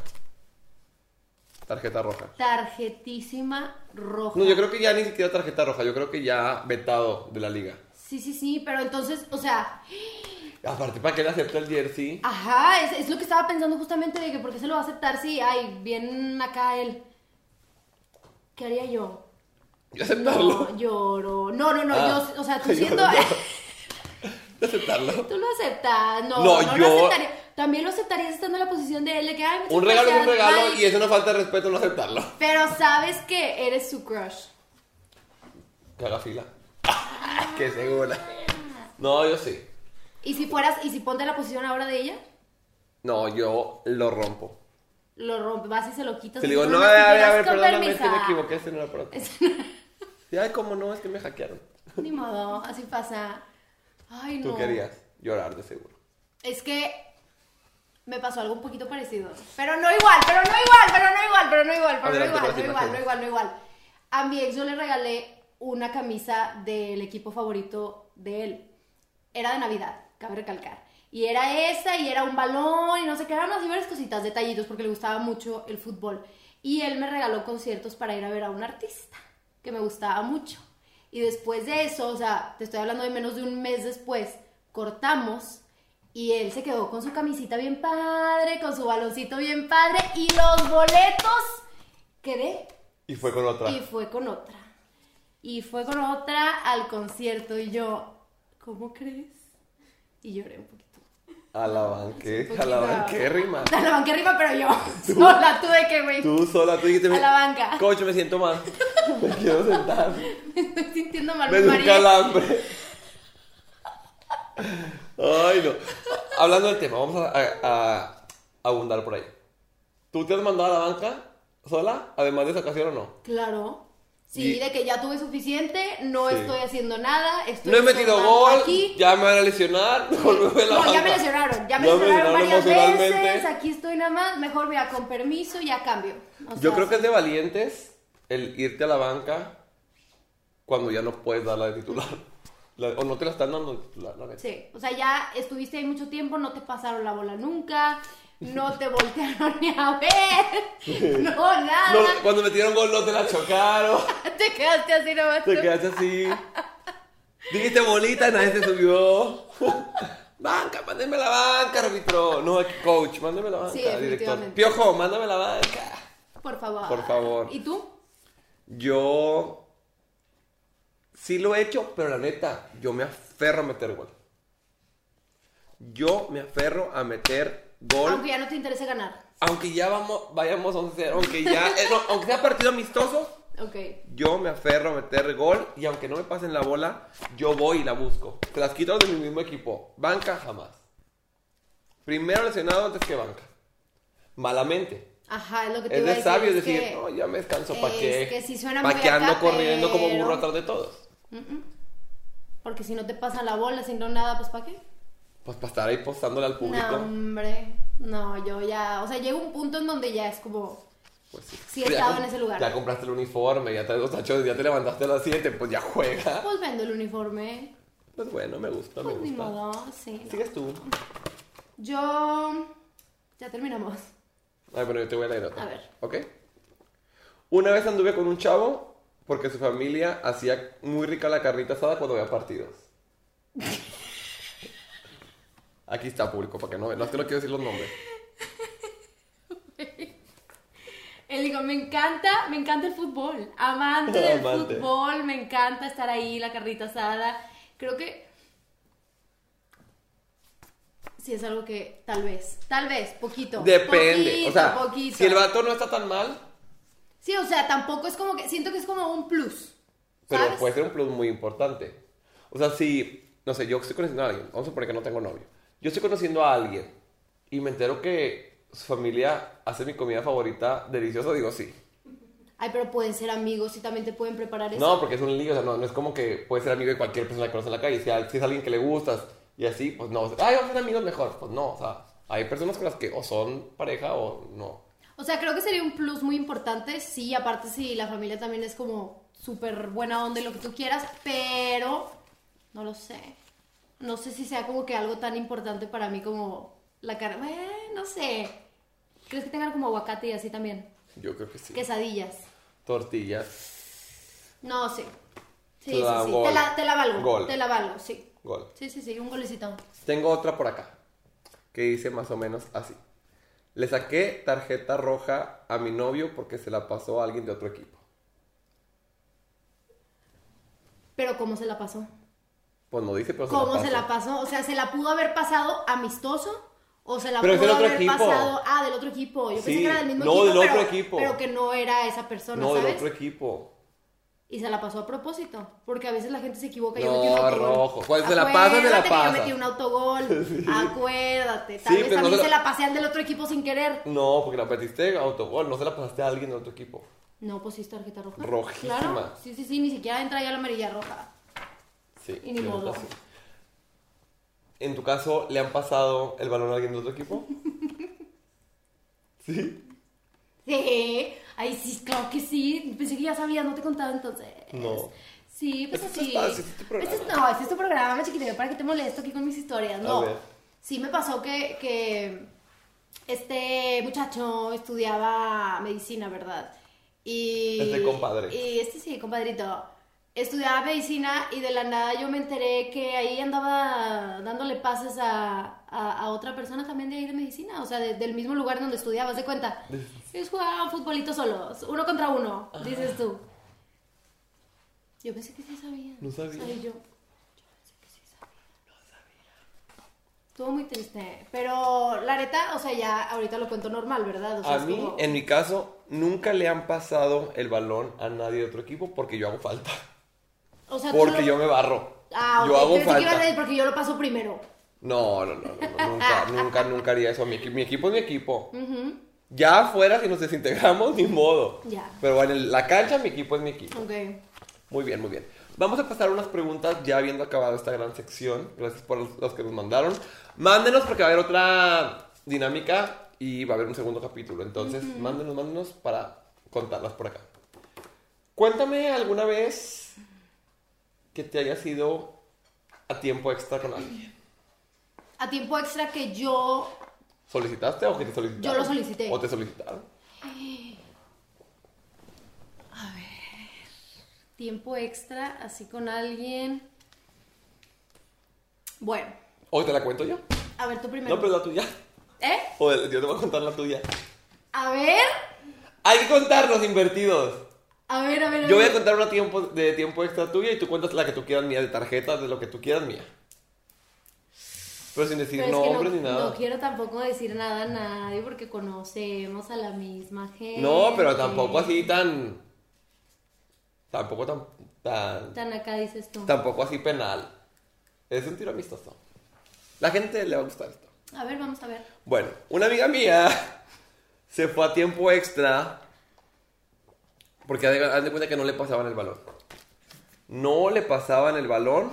S1: Tarjeta roja.
S2: Tarjetísima roja.
S1: No, yo creo que ya ni siquiera tarjeta roja, yo creo que ya vetado de la liga.
S2: Sí, sí, sí, pero entonces, o sea,
S1: Aparte, ¿para qué le acepta el jersey?
S2: ajá, es, es lo que estaba pensando justamente de que por qué se lo va a aceptar si, ay, bien acá él. ¿Qué haría yo?
S1: Y aceptarlo.
S2: No, lloro. No, no, no,
S1: Ah.
S2: yo, o sea, tú
S1: Yo
S2: siendo...
S1: Y aceptarlo.
S2: Tú lo aceptas, no,
S1: No,
S2: no, lo
S1: yo-
S2: aceptaría. También lo aceptarías estando en la posición de él, de que, ay, muchas
S1: Un regalo es un
S2: gracias,
S1: regalo
S2: bye.
S1: y es una falta de respeto no aceptarlo.
S2: Pero sabes que eres su crush.
S1: Que haga fila. que segura. No, yo sí.
S2: Y si fueras, y si ponte en la posición ahora de ella,
S1: No, yo lo rompo.
S2: lo rompe, vas y se lo quitas.
S1: Te
S2: y
S1: digo,
S2: dices,
S1: no, a
S2: si
S1: ver, a ver,
S2: quieras,
S1: a ver,
S2: con
S1: perdóname, es
S2: permisa".
S1: que me equivoqué, este no era para ti. Y, Ay, cómo no, es que me hackearon.
S2: Ni modo, así pasa. Ay, no.
S1: Tú querías llorar de seguro.
S2: Es que me pasó algo un poquito parecido. Pero no igual, pero no igual, pero no igual, pero no igual, pero no
S1: Adelante con
S2: igual,
S1: las
S2: no igual, no
S1: imágenes.
S2: igual, no igual. A mi ex yo le regalé una camisa del equipo favorito de él. Era de Navidad, cabe recalcar. Y era esa, y era un balón, y no sé qué, eran así varias cositas, detallitos, porque le gustaba mucho el fútbol. Y él me regaló conciertos para ir a ver a un artista que me gustaba mucho. Y después de eso, o sea, te estoy hablando de menos de un mes después, cortamos y él se quedó con su camisita bien padre, con su baloncito bien padre y los boletos quedé
S1: Y fue con otra.
S2: y fue con otra. Y fue con otra al concierto y yo, ¿cómo crees? Y lloré un poquito.
S1: A la banqué,
S2: Un
S1: a la
S2: poquito.
S1: banquérrima.
S2: A la banca arriba, pero yo sola tuve que, güey.
S1: Tú sola, tú dijiste.
S2: A la banca.
S1: Coach, me siento mal. Me quiero sentar.
S2: Me estoy sintiendo mal,
S1: Me
S2: mi
S1: dio un
S2: marido.
S1: calambre. Ay, no. Hablando del tema, vamos a, a- a abundar por ahí. ¿Tú te has mandado a la banca sola, además de esa ocasión o no?
S2: Claro. Sí,
S1: Y-
S2: de que ya tuve suficiente, no
S1: Sí.
S2: estoy haciendo nada, estoy
S1: No he metido
S2: formando
S1: gol,
S2: aquí.
S1: ya me van a lesionar, mejor me voy a la
S2: No, ya
S1: banca.
S2: me lesionaron, ya me
S1: Ya me
S2: lesionaron varias
S1: lesionaron
S2: veces,
S1: emocionalmente.
S2: aquí estoy nada más, mejor mira, con permiso ya cambio. O
S1: Yo
S2: sea,
S1: creo que es de valientes el irte a la banca cuando ya no puedes dar la de titular. La- o no te la están dando de titular, la neta.
S2: Sí, o sea, ya estuviste ahí mucho tiempo, no te pasaron la bola nunca, no te voltearon ni a ver, no, nada,
S1: No, cuando metieron gol no te la chocaron,
S2: te quedaste así nomás
S1: te
S2: tú.
S1: quedaste así. Dijiste bolita, nadie te subió. Banca, mándeme la banca, árbitro. No, aquí, coach, mándeme la banca,
S2: Sí,
S1: director.
S2: definitivamente.
S1: Piojo, mándame la banca.
S2: Por favor.
S1: Por favor.
S2: ¿Y tú?
S1: Yo sí lo he hecho, pero la neta, yo me aferro a meter gol. Yo me aferro a meter gol.
S2: Aunque ya no te interese ganar.
S1: Aunque ya vamos, vayamos 11 aunque ya, eh, no, aunque sea partido amistoso,
S2: Ok.
S1: yo me aferro a meter gol y aunque no me pasen la bola, yo voy y la busco. Te las quito de mi mismo equipo. Banca jamás. Primero lesionado antes que banca. Malamente.
S2: Ajá, es lo que te
S1: Es
S2: iba a
S1: de
S2: decir.
S1: sabio
S2: es
S1: decir,
S2: que-
S1: no, ya me descanso, ¿para
S2: es
S1: qué?
S2: que sí suena
S1: ¿Para
S2: muy
S1: qué
S2: acá,
S1: ando corriendo como burro
S2: pero-
S1: atrás de todos?
S2: Porque si no te pasan la bola, si no nada, pues ¿para qué?
S1: Pues para estar ahí postándole al público.
S2: No, hombre. No, yo ya. O sea, llega un punto en donde ya es como.
S1: Pues sí.
S2: Sí he
S1: Pero ya
S2: estado
S1: com-
S2: en ese lugar.
S1: Ya compraste el uniforme, ya traes los tachos, ya te levantaste a las 7, pues ya juega.
S2: Pues vendo el uniforme.
S1: Pues bueno, me gusta, me
S2: Pues ni
S1: gusta.
S2: modo, sí. no.
S1: Sigues tú.
S2: Yo. Ya terminamos.
S1: Ay, bueno, yo te voy a leer otra.
S2: A ver.
S1: ¿Ok? Una vez anduve con un chavo porque su familia hacía muy rica la carnita asada cuando había partidos. Aquí está público, para que no No es que no quiero decir los nombres.
S2: Él digo, me encanta, me encanta el fútbol. Amante del
S1: Amante.
S2: fútbol, me encanta estar ahí, la carrita asada. Creo que. Sí, es algo que tal vez, tal vez, poquito.
S1: Depende.
S2: Poquito,
S1: o sea,
S2: poquito.
S1: si el vato no está tan mal,
S2: Sí, o sea, tampoco es como que. Siento que es como un plus.
S1: Pero pues
S2: ¿sabes?
S1: puede ser un plus muy importante. O sea, si, no sé, yo estoy conociendo a alguien, vamos a suponer que no tengo novio. Yo estoy conociendo a alguien y me entero que su familia hace mi comida favorita deliciosa, digo sí.
S2: Ay, pero pueden ser amigos y también te pueden preparar eso.
S1: No, porque es un lío, o sea, no, no es como que puede ser amigo de cualquier persona que conoce en la calle. Si, a- si es alguien que le gustas y así, pues no. Ay, vamos a ser amigos mejor. Pues no, o sea, hay personas con las que o son pareja o no.
S2: O sea, creo que sería un plus muy importante. Sí, aparte si la familia también es como súper buena onda y lo que tú quieras, pero no lo sé. No sé si sea como que algo tan importante para mí como la carne. no sé. ¿Crees que tengan como aguacate y así también?
S1: Yo creo que sí.
S2: Quesadillas.
S1: Tortillas,
S2: No, sí. Sí,
S1: Te
S2: sí,
S1: la
S2: sí.
S1: gol.
S2: Te, la, te la valgo.
S1: Gol.
S2: Te la valgo, sí.
S1: gol.
S2: Sí, sí, sí. Un golecito.
S1: Tengo otra por acá que dice más o menos así. Le saqué tarjeta roja a mi novio porque se la pasó a alguien de otro equipo.
S2: Pero ¿cómo se la pasó?
S1: Pues no dice, pero se
S2: ¿Cómo
S1: la
S2: se la pasó? O sea, ¿se la pudo haber pasado amistoso? ¿O se la
S1: Pero es
S2: pudo
S1: del otro
S2: haber
S1: equipo.
S2: pasado? Ah, del otro equipo. Yo
S1: Sí,
S2: pensé que era del mismo
S1: no,
S2: equipo.
S1: del otro
S2: pero,
S1: equipo.
S2: Pero que no era esa persona,
S1: No,
S2: ¿sabes?
S1: del otro equipo.
S2: Y se la pasó a propósito, porque a veces la gente se equivoca. y yo metí un
S1: No,
S2: autogol.
S1: rojo. Cuando se la pasa, se la
S2: Acuérdate que
S1: pasa.
S2: Yo metí un autogol. Acuérdate.
S1: Sí,
S2: Tal vez
S1: pero no
S2: también
S1: se
S2: se
S1: la-
S2: la pasean del otro equipo sin querer.
S1: No, porque la metiste autogol, no se la pasaste a alguien de otro equipo.
S2: No, pues sí es tarjeta roja.
S1: Rojísima.
S2: Claro. Sí, sí, sí. Ni siquiera entra ya la amarilla roja.
S1: Sí.
S2: Y ni
S1: sí,
S2: modo.
S1: sí. En tu caso, ¿le han pasado el balón a alguien de otro equipo? ¿Sí?
S2: Sí. Ay, sí, claro que sí. Pensé que ya sabía, no te contaba entonces.
S1: No.
S2: Sí, pues
S1: Este es tu
S2: así.
S1: espacio, este es tu programa.
S2: Este es- no, este es tu programa, chiquitito, para que te molesto aquí con mis historias. No.
S1: ver.
S2: Sí me pasó que, que este muchacho estudiaba medicina, ¿verdad? Y.
S1: Este compadre.
S2: Y este sí, compadrito. Estudiaba medicina y de la nada yo me enteré que ahí andaba dándole pases a, a, a otra persona también de ahí de medicina, o sea, de- del mismo lugar donde estudiabas, de cuenta. Ellos jugaban futbolito solos, uno contra uno, dices tú. Yo pensé que sí sabía.
S1: No sabía.
S2: Soy yo. Yo pensé que sí sabía. No sabía. Estuvo muy triste. Pero la neta, o sea, ya ahorita lo cuento normal, ¿verdad? O sea,
S1: A
S2: es
S1: mí,
S2: como-
S1: en mi caso, nunca le han pasado el balón a nadie de otro equipo porque yo hago falta.
S2: o sea, tú
S1: Porque
S2: lo-
S1: yo me barro.
S2: Ah,
S1: Yo
S2: ok,
S1: hago
S2: pensé que ibas a
S1: falta.
S2: decir porque yo lo paso primero.
S1: No, no, no, no, no, nunca, nunca, nunca haría eso. Mi, equi- mi equipo es mi equipo. Ya afuera, si nos desintegramos, ni modo.
S2: Ya.
S1: Pero en el- la cancha, mi equipo es mi equipo.
S2: Ok.
S1: Muy bien, muy bien. Vamos a pasar unas preguntas ya habiendo acabado esta gran sección. Gracias por los- los que nos mandaron. Mándenos porque va a haber otra dinámica y va a haber un segundo capítulo. Entonces, mándenos, mándenos para contarlas por acá. Cuéntame alguna vez que te hayas ido a tiempo extra con alguien.
S2: A tiempo extra que yo.
S1: ¿Solicitaste o que te solicitaron?
S2: Yo lo solicité.
S1: ¿O te solicitaron?
S2: Tiempo extra, así con alguien. Bueno,
S1: ¿O te la cuento yo?
S2: a ver tú primero.
S1: No, pero la tuya.
S2: ¿Eh?
S1: O el- yo te voy a contar la tuya.
S2: A ver.
S1: Hay que contarnos, invertidos.
S2: A ver, a ver.
S1: Yo voy
S2: ver.
S1: a contar una tiempo, de tiempo extra tuya y tú cuentas la que tú quieras mía, de tarjetas, de lo que tú quieras mía. Pero sin decir
S2: Pero es que
S1: nombres ni
S2: No
S1: nada.
S2: quiero tampoco decir nada a nadie porque conocemos a la misma gente.
S1: No, pero tampoco así tan. Tampoco tan. tan
S2: Tan acá dices tú.
S1: tampoco así penal. Es un tiro amistoso. La gente le va a gustar esto.
S2: A ver, vamos a ver.
S1: Bueno, una amiga mía se fue a tiempo extra porque haz de, haz de cuenta que no le pasaban el balón. No le pasaban el balón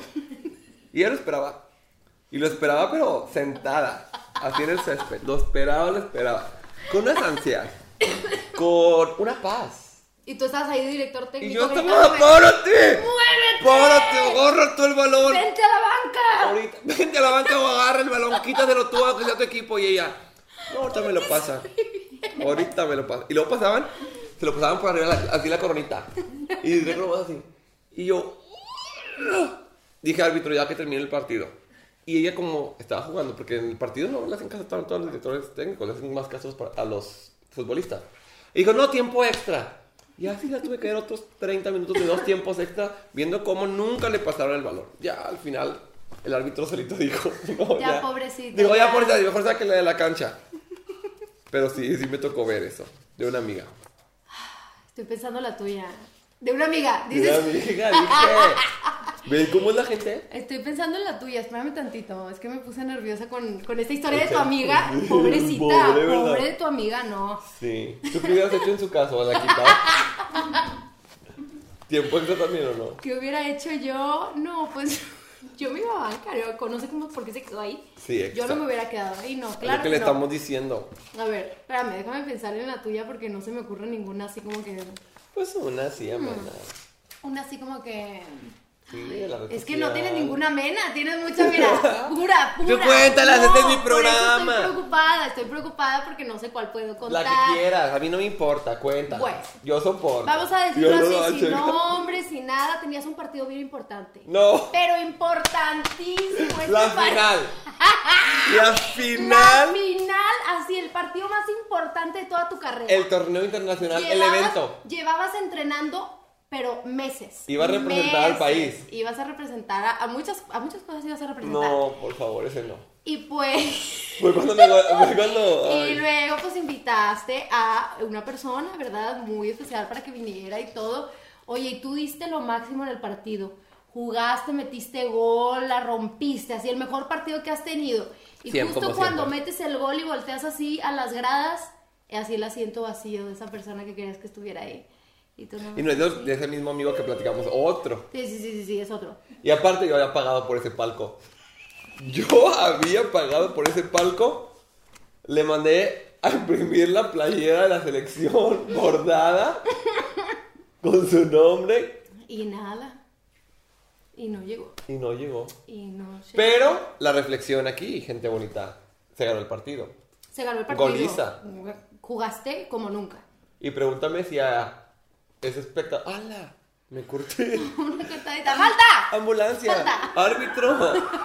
S1: y ella lo esperaba. Y lo esperaba pero sentada, así en el césped. Lo esperaba, lo esperaba. Con unas ansias, con una paz.
S2: Y tú estabas ahí, director técnico.
S1: Y yo estaba,
S2: gritándome,
S1: ¡párate!
S2: ¡Muévete!
S1: ¡Párate! ¡Gorra tú el balón!
S2: ¡Vente a la banca!
S1: Ahorita, vente a la banca o agarra el balón, quítaselo tú, aunque sea tu equipo. Y ella, no, ahorita me lo pasa. Ahorita me lo pasa. Y luego pasaban, se lo pasaban por arriba, la- así la coronita. Y de nuevo así. Y yo, dije, árbitro, ya que termine el partido. Y ella, como estaba jugando, porque en el partido no le hacen caso tanto a los directores técnicos, le hacen más casos para- a los futbolistas. Y dijo, no, tiempo extra. Y así la tuve que ver otros 30 minutos de dos tiempos extra, viendo cómo nunca le pasaron el balón. Ya al final, el árbitro solito dijo, no,
S2: Ya,
S1: ya.
S2: pobrecita,
S1: Digo, ya,
S2: ya.
S1: pobrecita, mejor sáquenla de la cancha. Pero sí, sí me tocó ver eso, de una amiga.
S2: Estoy pensando la tuya. De una amiga.
S1: De una
S2: Dices.
S1: amiga, dije. ¿Ven cómo es la gente?
S2: Estoy pensando en la tuya, espérame tantito. Es que me puse nerviosa con, con esta historia de tu
S1: Ok.
S2: amiga. Pobrecita,
S1: Pobre, ¿verdad?
S2: pobre de tu amiga, no.
S1: Sí. ¿Tú qué hubieras hecho en su caso? ¿La quitado? ¿Tiempo extra también o no?
S2: ¿Qué hubiera hecho yo? No, pues yo me iba a bancar, yo conoce cómo por qué se quedó ahí.
S1: Sí,
S2: Yo
S1: exacto.
S2: no me hubiera quedado ahí, no,
S1: es
S2: claro.
S1: lo que le
S2: no.
S1: estamos diciendo.
S2: A ver, espérame, déjame pensar en la tuya porque no se me ocurre ninguna así como que.
S1: Pues una sí, amena.
S2: Una así como que.
S1: Pues Sí, la
S2: Es que no tienes
S1: necesidad.
S2: ninguna mena, tienes mucha, mira, pura,
S1: Tú
S2: pura.
S1: cuéntalas, este es mi
S2: por eso
S1: programa.
S2: Estoy preocupada, estoy preocupada porque no sé cuál puedo
S1: La
S2: contar.
S1: que quieras, a mí no me importa, cuenta.
S2: Pues.
S1: Yo soporto.
S2: Vamos a
S1: Yo
S2: decirlo
S1: no
S2: así,
S1: lo
S2: sin
S1: hago.
S2: nombres, sin nada, tenías un partido bien importante.
S1: No.
S2: Pero importantísimo. este
S1: La
S2: par-
S1: final. La
S2: La
S1: final.
S2: final, así, el partido más importante de toda tu carrera.
S1: El torneo internacional, el
S2: Llevabas-
S1: evento.
S2: Llevabas entrenando, pero meses.
S1: Iba a representar al
S2: meses.
S1: país.
S2: Ibas a representar a, a muchas, a muchas cosas ibas a representar.
S1: No, por favor, ese no.
S2: Y pues.
S1: Fue cuando me. Fue cuando.
S2: Y
S1: ay.
S2: luego pues invitaste a una persona, ¿verdad? Muy especial para que viniera y todo. oye, y tú diste lo máximo en el partido, jugaste, metiste gol, la rompiste, así el mejor partido que has tenido. Y
S1: Cien
S2: justo
S1: como
S2: cuando
S1: siempre.
S2: metes el gol y volteas así a las gradas, así el asiento vacío de esa persona que querías que estuviera ahí. Y tú no.
S1: Y no es de- de ese mismo amigo que platicamos, otro.
S2: Sí, sí, sí, sí, sí, es otro.
S1: Y aparte yo había pagado por ese palco. Yo había pagado por ese palco. Le mandé a imprimir la playera de la selección bordada con su nombre
S2: Y nada. Y no llegó.
S1: y no llegó.
S2: Y no llegó.
S1: Pero la reflexión aquí, gente bonita, se ganó el partido.
S2: Se ganó el partido.
S1: Goliza.
S2: Jugaste como nunca.
S1: Y pregúntame si a ese espectador... ¡Hala! Me curtí.
S2: Una cantadita. ¡Falta!
S1: Ambulancia.
S2: Falta.
S1: Árbitro.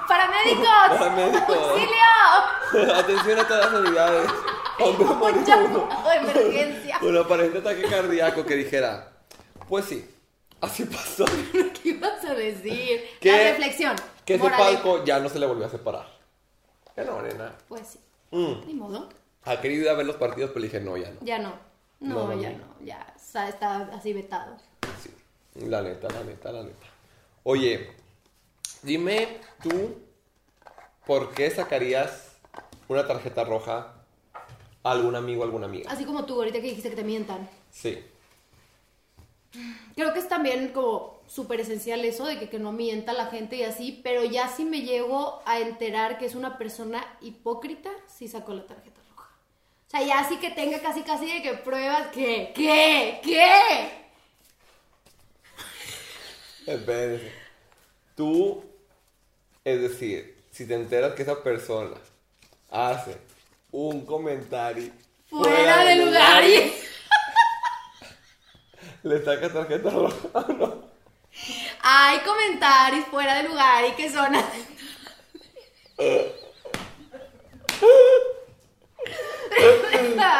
S2: ¡Paramédicos!
S1: Paramédicos.
S2: ¡Auxilio!
S1: Atención a todas las unidades. Hombre
S2: Un
S1: moribundo.
S2: llamado de emergencia.
S1: Un aparente este ataque cardíaco que dijera, pues sí, así pasó.
S2: ¿Qué ibas a decir?
S1: ¿Qué?
S2: La reflexión.
S1: Que ese
S2: Moraleja.
S1: palco ya no se le volvió a separar. Ya no, nena.
S2: Pues sí.
S1: Mm.
S2: Ni modo.
S1: Ha querido ir a ver los partidos, pero le dije, no, ya no.
S2: Ya no. No,
S1: No, no,
S2: ya
S1: no.
S2: no. Ya o sea, está así vetado.
S1: Sí. La neta, la neta, la neta. Oye, dime tú, ¿por qué sacarías una tarjeta roja a algún amigo, alguna amiga?
S2: Así como tú ahorita que dijiste que te mientan.
S1: Sí.
S2: Creo que es también como súper esencial eso de que, que no mienta la gente y así, pero ya si me llego a enterar que es una persona hipócrita, sí sacó la tarjeta roja. O sea, ya sí que tenga casi casi de que pruebas que, ¿qué? ¿Qué?
S1: Espérense. Tú, es decir, si te enteras que esa persona hace un comentario
S2: Fuera, de lugar y...
S1: le sacas tarjeta roja, ¿no?
S2: Hay comentarios fuera de lugar y que son... así.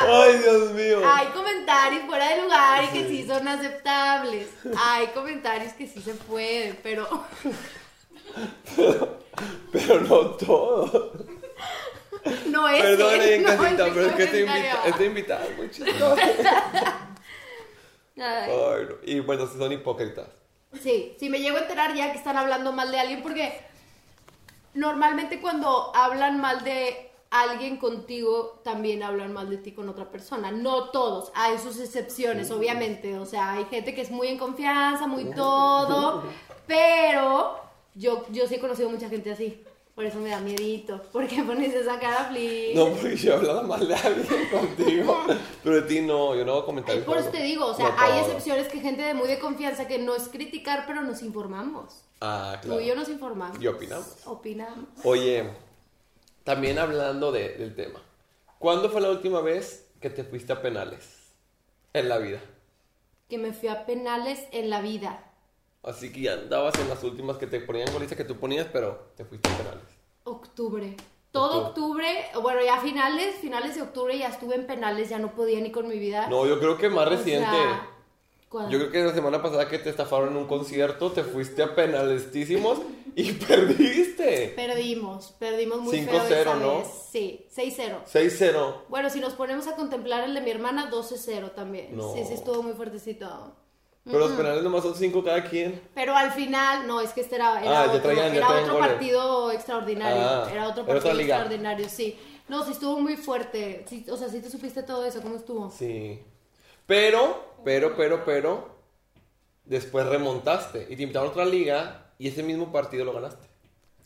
S1: Ay, Dios mío.
S2: Hay comentarios fuera de lugar y que sí son aceptables. Hay comentarios que sí se pueden, pero...
S1: Pero no todo.
S2: No es
S1: Perdón,
S2: él,
S1: en
S2: no
S1: casita,
S2: ese
S1: pero es que este,
S2: comentario.
S1: invita- este invitado es muy chistoso.
S2: Ay,
S1: Ay, no. Y bueno, si son hipócritas.
S2: Sí, si me llego a enterar ya que están hablando mal de alguien, porque normalmente cuando hablan mal de alguien contigo, también hablan mal de ti con otra persona. No todos, hay sus excepciones, obviamente. O sea, hay gente que es muy en confianza, muy todo, pero yo, yo sí he conocido mucha gente así. Por eso me da miedito, porque pones esa cara flip.
S1: No, porque yo he hablado mal de alguien contigo, pero de ti no, yo no hago comentarios.
S2: Por eso
S1: no.
S2: te digo, o sea,
S1: No
S2: hay
S1: todo.
S2: excepciones que gente de muy de confianza que no es criticar, pero nos informamos.
S1: Ah, claro.
S2: Tú y yo nos informamos.
S1: Y opinamos.
S2: Opinamos.
S1: Oye, también hablando de- del tema, ¿cuándo fue la última vez que te fuiste a penales en la vida?
S2: Que me fui a penales en la vida.
S1: Así que ya andabas en las últimas que te ponían golizas que tú ponías, pero te fuiste a penales.
S2: Octubre. Todo octubre, bueno, ya finales, finales de octubre ya estuve en penales, ya no podía ni con mi vida.
S1: No, yo creo que más
S2: O
S1: reciente.
S2: sea, cuando-
S1: Yo creo que la semana pasada que te estafaron en un concierto, te fuiste a penalestísimos y perdiste.
S2: Perdimos, perdimos muy feo
S1: 5-0,
S2: esa
S1: ¿no?
S2: vez. Sí, 6-0.
S1: 6-0.
S2: Bueno, si nos ponemos a contemplar el de mi hermana, 12-0 también.
S1: No.
S2: Sí, sí, estuvo muy fuertecito.
S1: Pero los penales nomás son 5 cada quien.
S2: Pero al final, no, es que este era, era
S1: Ah, ya
S2: otro,
S1: traían- ya
S2: era
S1: traían
S2: otro
S1: goles.
S2: partido extraordinario.
S1: Ah,
S2: era
S1: era
S2: otro
S1: otra
S2: partido
S1: liga.
S2: extraordinario, sí. No, sí estuvo muy fuerte. Sí, o sea, sí te supiste todo eso, ¿cómo estuvo?
S1: Sí. Pero, pero, pero, pero, después remontaste y te invitaron a otra liga y ese mismo partido lo ganaste.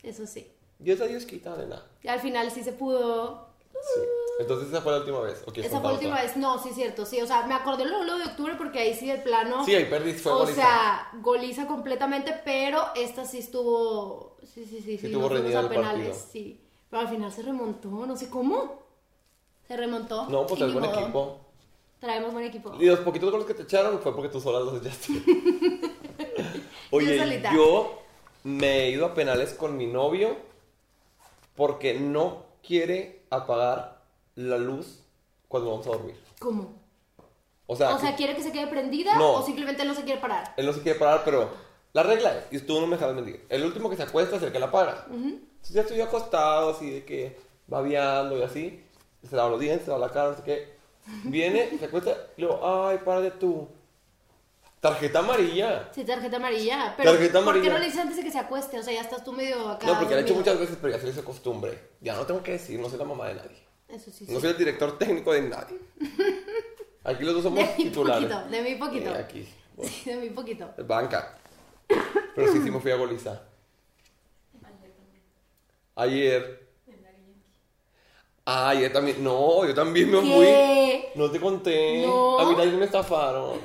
S2: Eso sí.
S1: Dios a Dios quita de nada.
S2: Y al final sí se pudo.
S1: Sí. Entonces esa fue la última vez. ¿o quieres
S2: Esa
S1: contar
S2: fue la última
S1: otra?
S2: vez. No, sí, cierto, sí. O sea, me acordé luego, luego de octubre porque ahí sí el plano.
S1: Sí, ahí perdiste, fue
S2: o
S1: goliza.
S2: sea, goliza completamente, pero esta sí estuvo. Sí, sí, sí, sí.
S1: estuvo
S2: nos fuimos
S1: reñida
S2: a
S1: el
S2: penales,
S1: partido.
S2: sí. Pero al final se remontó, no sé cómo. Se remontó.
S1: No, pues
S2: y
S1: el
S2: ni
S1: buen
S2: modo.
S1: equipo.
S2: Traemos buen equipo.
S1: Y los poquitos goles que te echaron fue porque tú sola los echaste.
S2: Yo
S1: Oye,
S2: solita.
S1: yo me he ido a penales con mi novio porque no quiere apagar la luz cuando vamos a dormir.
S2: ¿Cómo?
S1: O sea,
S2: o sea,
S1: que-
S2: ¿quiere que se quede prendida
S1: No.
S2: o simplemente no se quiere parar?
S1: Él no se quiere parar, pero la regla es, y tú no me dejas mentir, el último que se acuesta es el que la paga. Entonces ya estoy acostado, así de que babeando y así, se lava los dientes, se lava la cara, no sé qué. Viene, se acuesta, y luego, ay, párate tú. Tarjeta amarilla.
S2: Sí, tarjeta amarilla. Pero
S1: Tarjeta
S2: ¿Por qué
S1: amarilla.
S2: no le dices antes de que se acueste? O sea, ya estás tú medio acá.
S1: No, porque la he hecho
S2: dormido.
S1: muchas veces, pero ya se hizo costumbre. Ya no tengo que decir, no soy la mamá de nadie.
S2: Eso sí. sí.
S1: No soy el director técnico de nadie. Aquí los dos
S2: de
S1: somos
S2: mi
S1: titulares.
S2: poquito, de mi poquito.
S1: Eh, aquí. Bueno,
S2: Sí, de mi poquito.
S1: es banca. Pero sí, sí me fui a goliza. Ayer. Ah, ayer también. No, yo también me
S2: ¿Qué?
S1: fui. No te conté.
S2: No.
S1: A mí también me estafaron.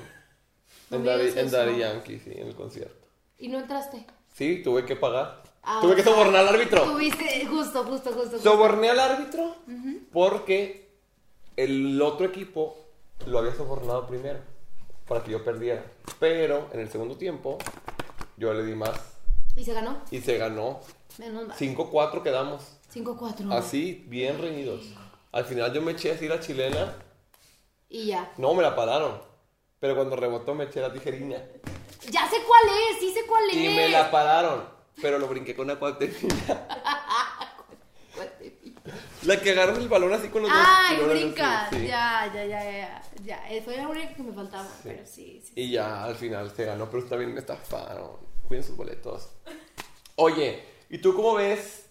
S2: No
S1: en
S2: me
S1: Daddy,
S2: digas
S1: en
S2: eso.
S1: Daddy Yankee, sí, en el concierto.
S2: Y no entraste.
S1: Sí, tuve que pagar.
S2: Ah,
S1: tuve que
S2: o sea,
S1: sobornar al árbitro.
S2: Tuviste, justo, justo, justo. justo.
S1: Soborné al árbitro porque el otro equipo lo había sobornado primero para que yo perdiera. Pero en el segundo tiempo yo le di más
S2: Y se ganó.
S1: y se ganó.
S2: Menos mal.
S1: 5-4 quedamos.
S2: 5-4.
S1: Así, bien reñidos. Al final yo me eché así la chilena.
S2: Y ya.
S1: No, me la pararon. Pero cuando rebotó me eché la tijerina.
S2: Ya sé cuál es, sí sé cuál es.
S1: Y me la pararon. Pero lo brinqué con una cuarterilla. La que agarra el balón así con los dos
S2: Ay,
S1: tirones,
S2: brincas.
S1: sí.
S2: Ya, ya, ya, ya. Ya, Eh, fue la única que me faltaba. Pero sí, sí.
S1: Y ya al final se ganó, pero también me estafaron. Cuiden sus boletos. Oye, ¿y tú cómo ves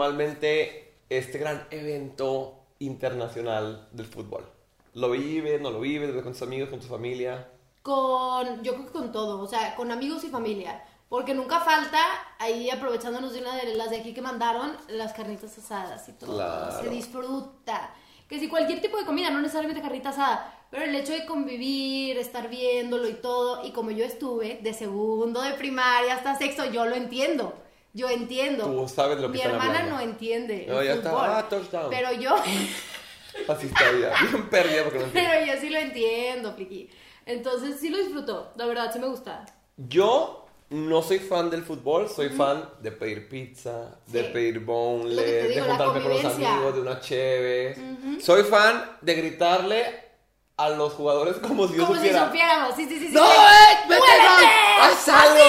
S1: normalmente este gran evento internacional del fútbol? ¿Lo vives, no lo vives, lo ves con tus amigos, con tu familia?
S2: Con, yo creo que con todo, o sea, con amigos y familia. Porque nunca falta, ahí aprovechándonos de una de las de aquí que mandaron, las carnitas asadas y todo.
S1: Claro.
S2: Se disfruta. Que si cualquier tipo de comida, no necesariamente carnita asada, pero el hecho de convivir, estar viéndolo y todo, y como yo estuve de segundo, de primaria hasta sexto, yo lo entiendo. Yo entiendo.
S1: Tú sabes lo que
S2: Mi
S1: están
S2: hermana
S1: hablando.
S2: no entiende.
S1: No,
S2: el
S1: ya está,
S2: fútbol,
S1: ah, touchdown.
S2: Pero yo.
S1: Así está vida, bien perdida porque no entiendo.
S2: Pero yo sí lo entiendo, Pliqui. Entonces sí lo disfruto, la verdad, sí me gusta.
S1: Yo no soy fan del fútbol, soy fan de pedir pizza, de
S2: Sí.
S1: pedir
S2: Lo que te
S1: boneless, de
S2: digo, la
S1: juntarme con los
S2: convivencia.
S1: amigos, de unas cheves. Soy fan de gritarle a los jugadores como si yo
S2: Como si
S1: supiera.
S2: supiéramos, sí, sí, sí. sí.
S1: ¡No, eh! ¡Mete
S2: ¡Muévete!
S1: gol! ¡Haz algo!
S2: ¡Así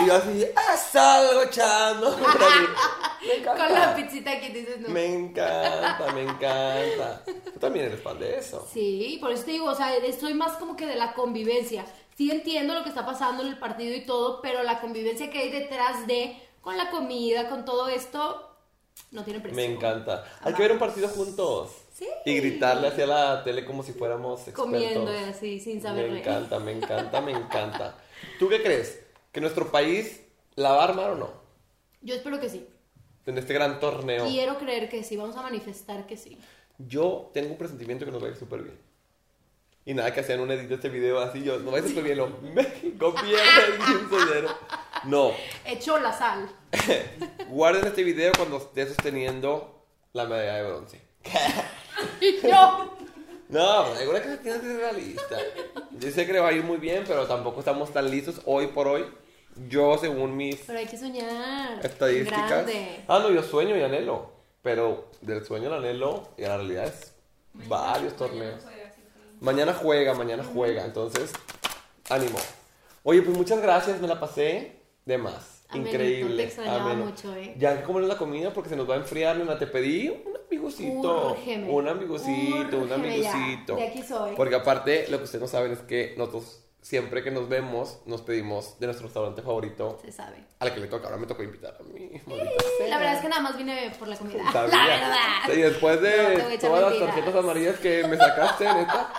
S2: no
S1: Y yo así, ¡haz algo, chando! me
S2: es! Con la pizzita que dices, no.
S1: Me encanta, me encanta. Tú también eres fan de eso.
S2: Sí, por eso te digo, o sea, estoy más como que de la convivencia. Sí entiendo lo que está pasando en el partido y todo, pero la convivencia que hay detrás de, con la comida, con todo esto, no tiene precio.
S1: Me encanta. Hay que ver un partido juntos.
S2: Sí.
S1: Y gritarle hacia la tele como si fuéramos expertos.
S2: Comiendo y así, sin saber
S1: Me
S2: re.
S1: encanta, me encanta, me encanta. ¿Tú qué crees? ¿Que nuestro país la va a armar o no?
S2: Yo espero que sí.
S1: En este gran torneo.
S2: Quiero creer que sí, vamos a manifestar que sí.
S1: Yo tengo un presentimiento que nos va a ir súper bien. Y nada, que hacían un edit de este video así, yo, no va a ir súper bien, lo, México pierde el 15-0. No,
S2: Echó la sal.
S1: guarden este video cuando esté sosteniendo la medalla de bronce.
S2: Y yo,
S1: No, pues, alguna cosa tiene que ser realista. Yo sé que le va a ir muy bien, pero tampoco estamos tan listos hoy por hoy. Yo, según mis
S2: pero hay que soñar.
S1: estadísticas.
S2: Grande.
S1: Ah, no, yo sueño y anhelo. Pero del sueño al anhelo y a la realidad es varios torneos. Mañana juega, mañana juega. Entonces, ánimo. Oye, pues muchas gracias, me la pasé de más.
S2: Amenito,
S1: Increíble.
S2: Ah, te extrañaba
S1: ameno.
S2: mucho, ¿eh?
S1: Ya hay que comernos la comida porque se nos va a enfriar, nena. Te pedí un amigucito.
S2: Úrgeme.
S1: Un amigucito, un
S2: Úrgeme ya.
S1: amigucito.
S2: De aquí soy.
S1: Porque aparte, lo que ustedes no saben es que nosotros siempre que nos vemos, nos pedimos de nuestro restaurante favorito
S2: Se sabe.
S1: a la que le toca, ahora me tocó invitar a mí. maldita sea.
S2: La verdad es que nada más vine por la comida.
S1: Sabía.
S2: La verdad.
S1: Y después
S2: No, te
S1: de
S2: voy a echar
S1: todas las
S2: mentiras.
S1: tarjetas amarillas que me sacaste, neta.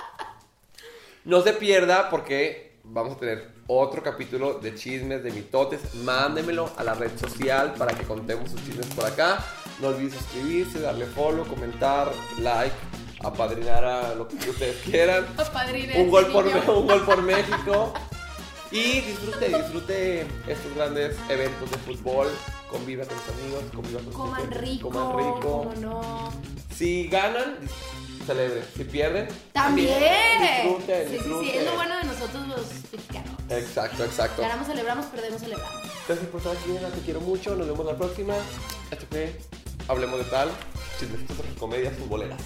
S1: No se pierda porque vamos a tener otro capítulo de chismes, de mitotes. Mándemelo a la red social para que contemos sus chismes por acá. No olviden suscribirse, darle follow, comentar, like, apadrinar a lo que ustedes quieran.
S2: Padrino,
S1: un gol por,
S2: niño.
S1: un gol por México. Y disfrute, disfrute estos grandes eventos de fútbol. Conviva con sus amigos, conviva con sus
S2: Coman
S1: gente,
S2: rico.
S1: Coman rico.
S2: cómo no.
S1: Si ganan, dis- celebren. Si pierden,
S2: También.
S1: Disfruten,
S2: sí, sí,
S1: disfruten.
S2: sí. Es lo bueno de nosotros los mexicanos.
S1: Exacto, exacto.
S2: Ganamos, celebramos, perdemos, celebramos.
S1: Gracias por estar aquí, Elena, Te quiero mucho. Nos vemos la próxima. Esto fue Hablemos de Tal. Chismecitos sobre comedias futboleras.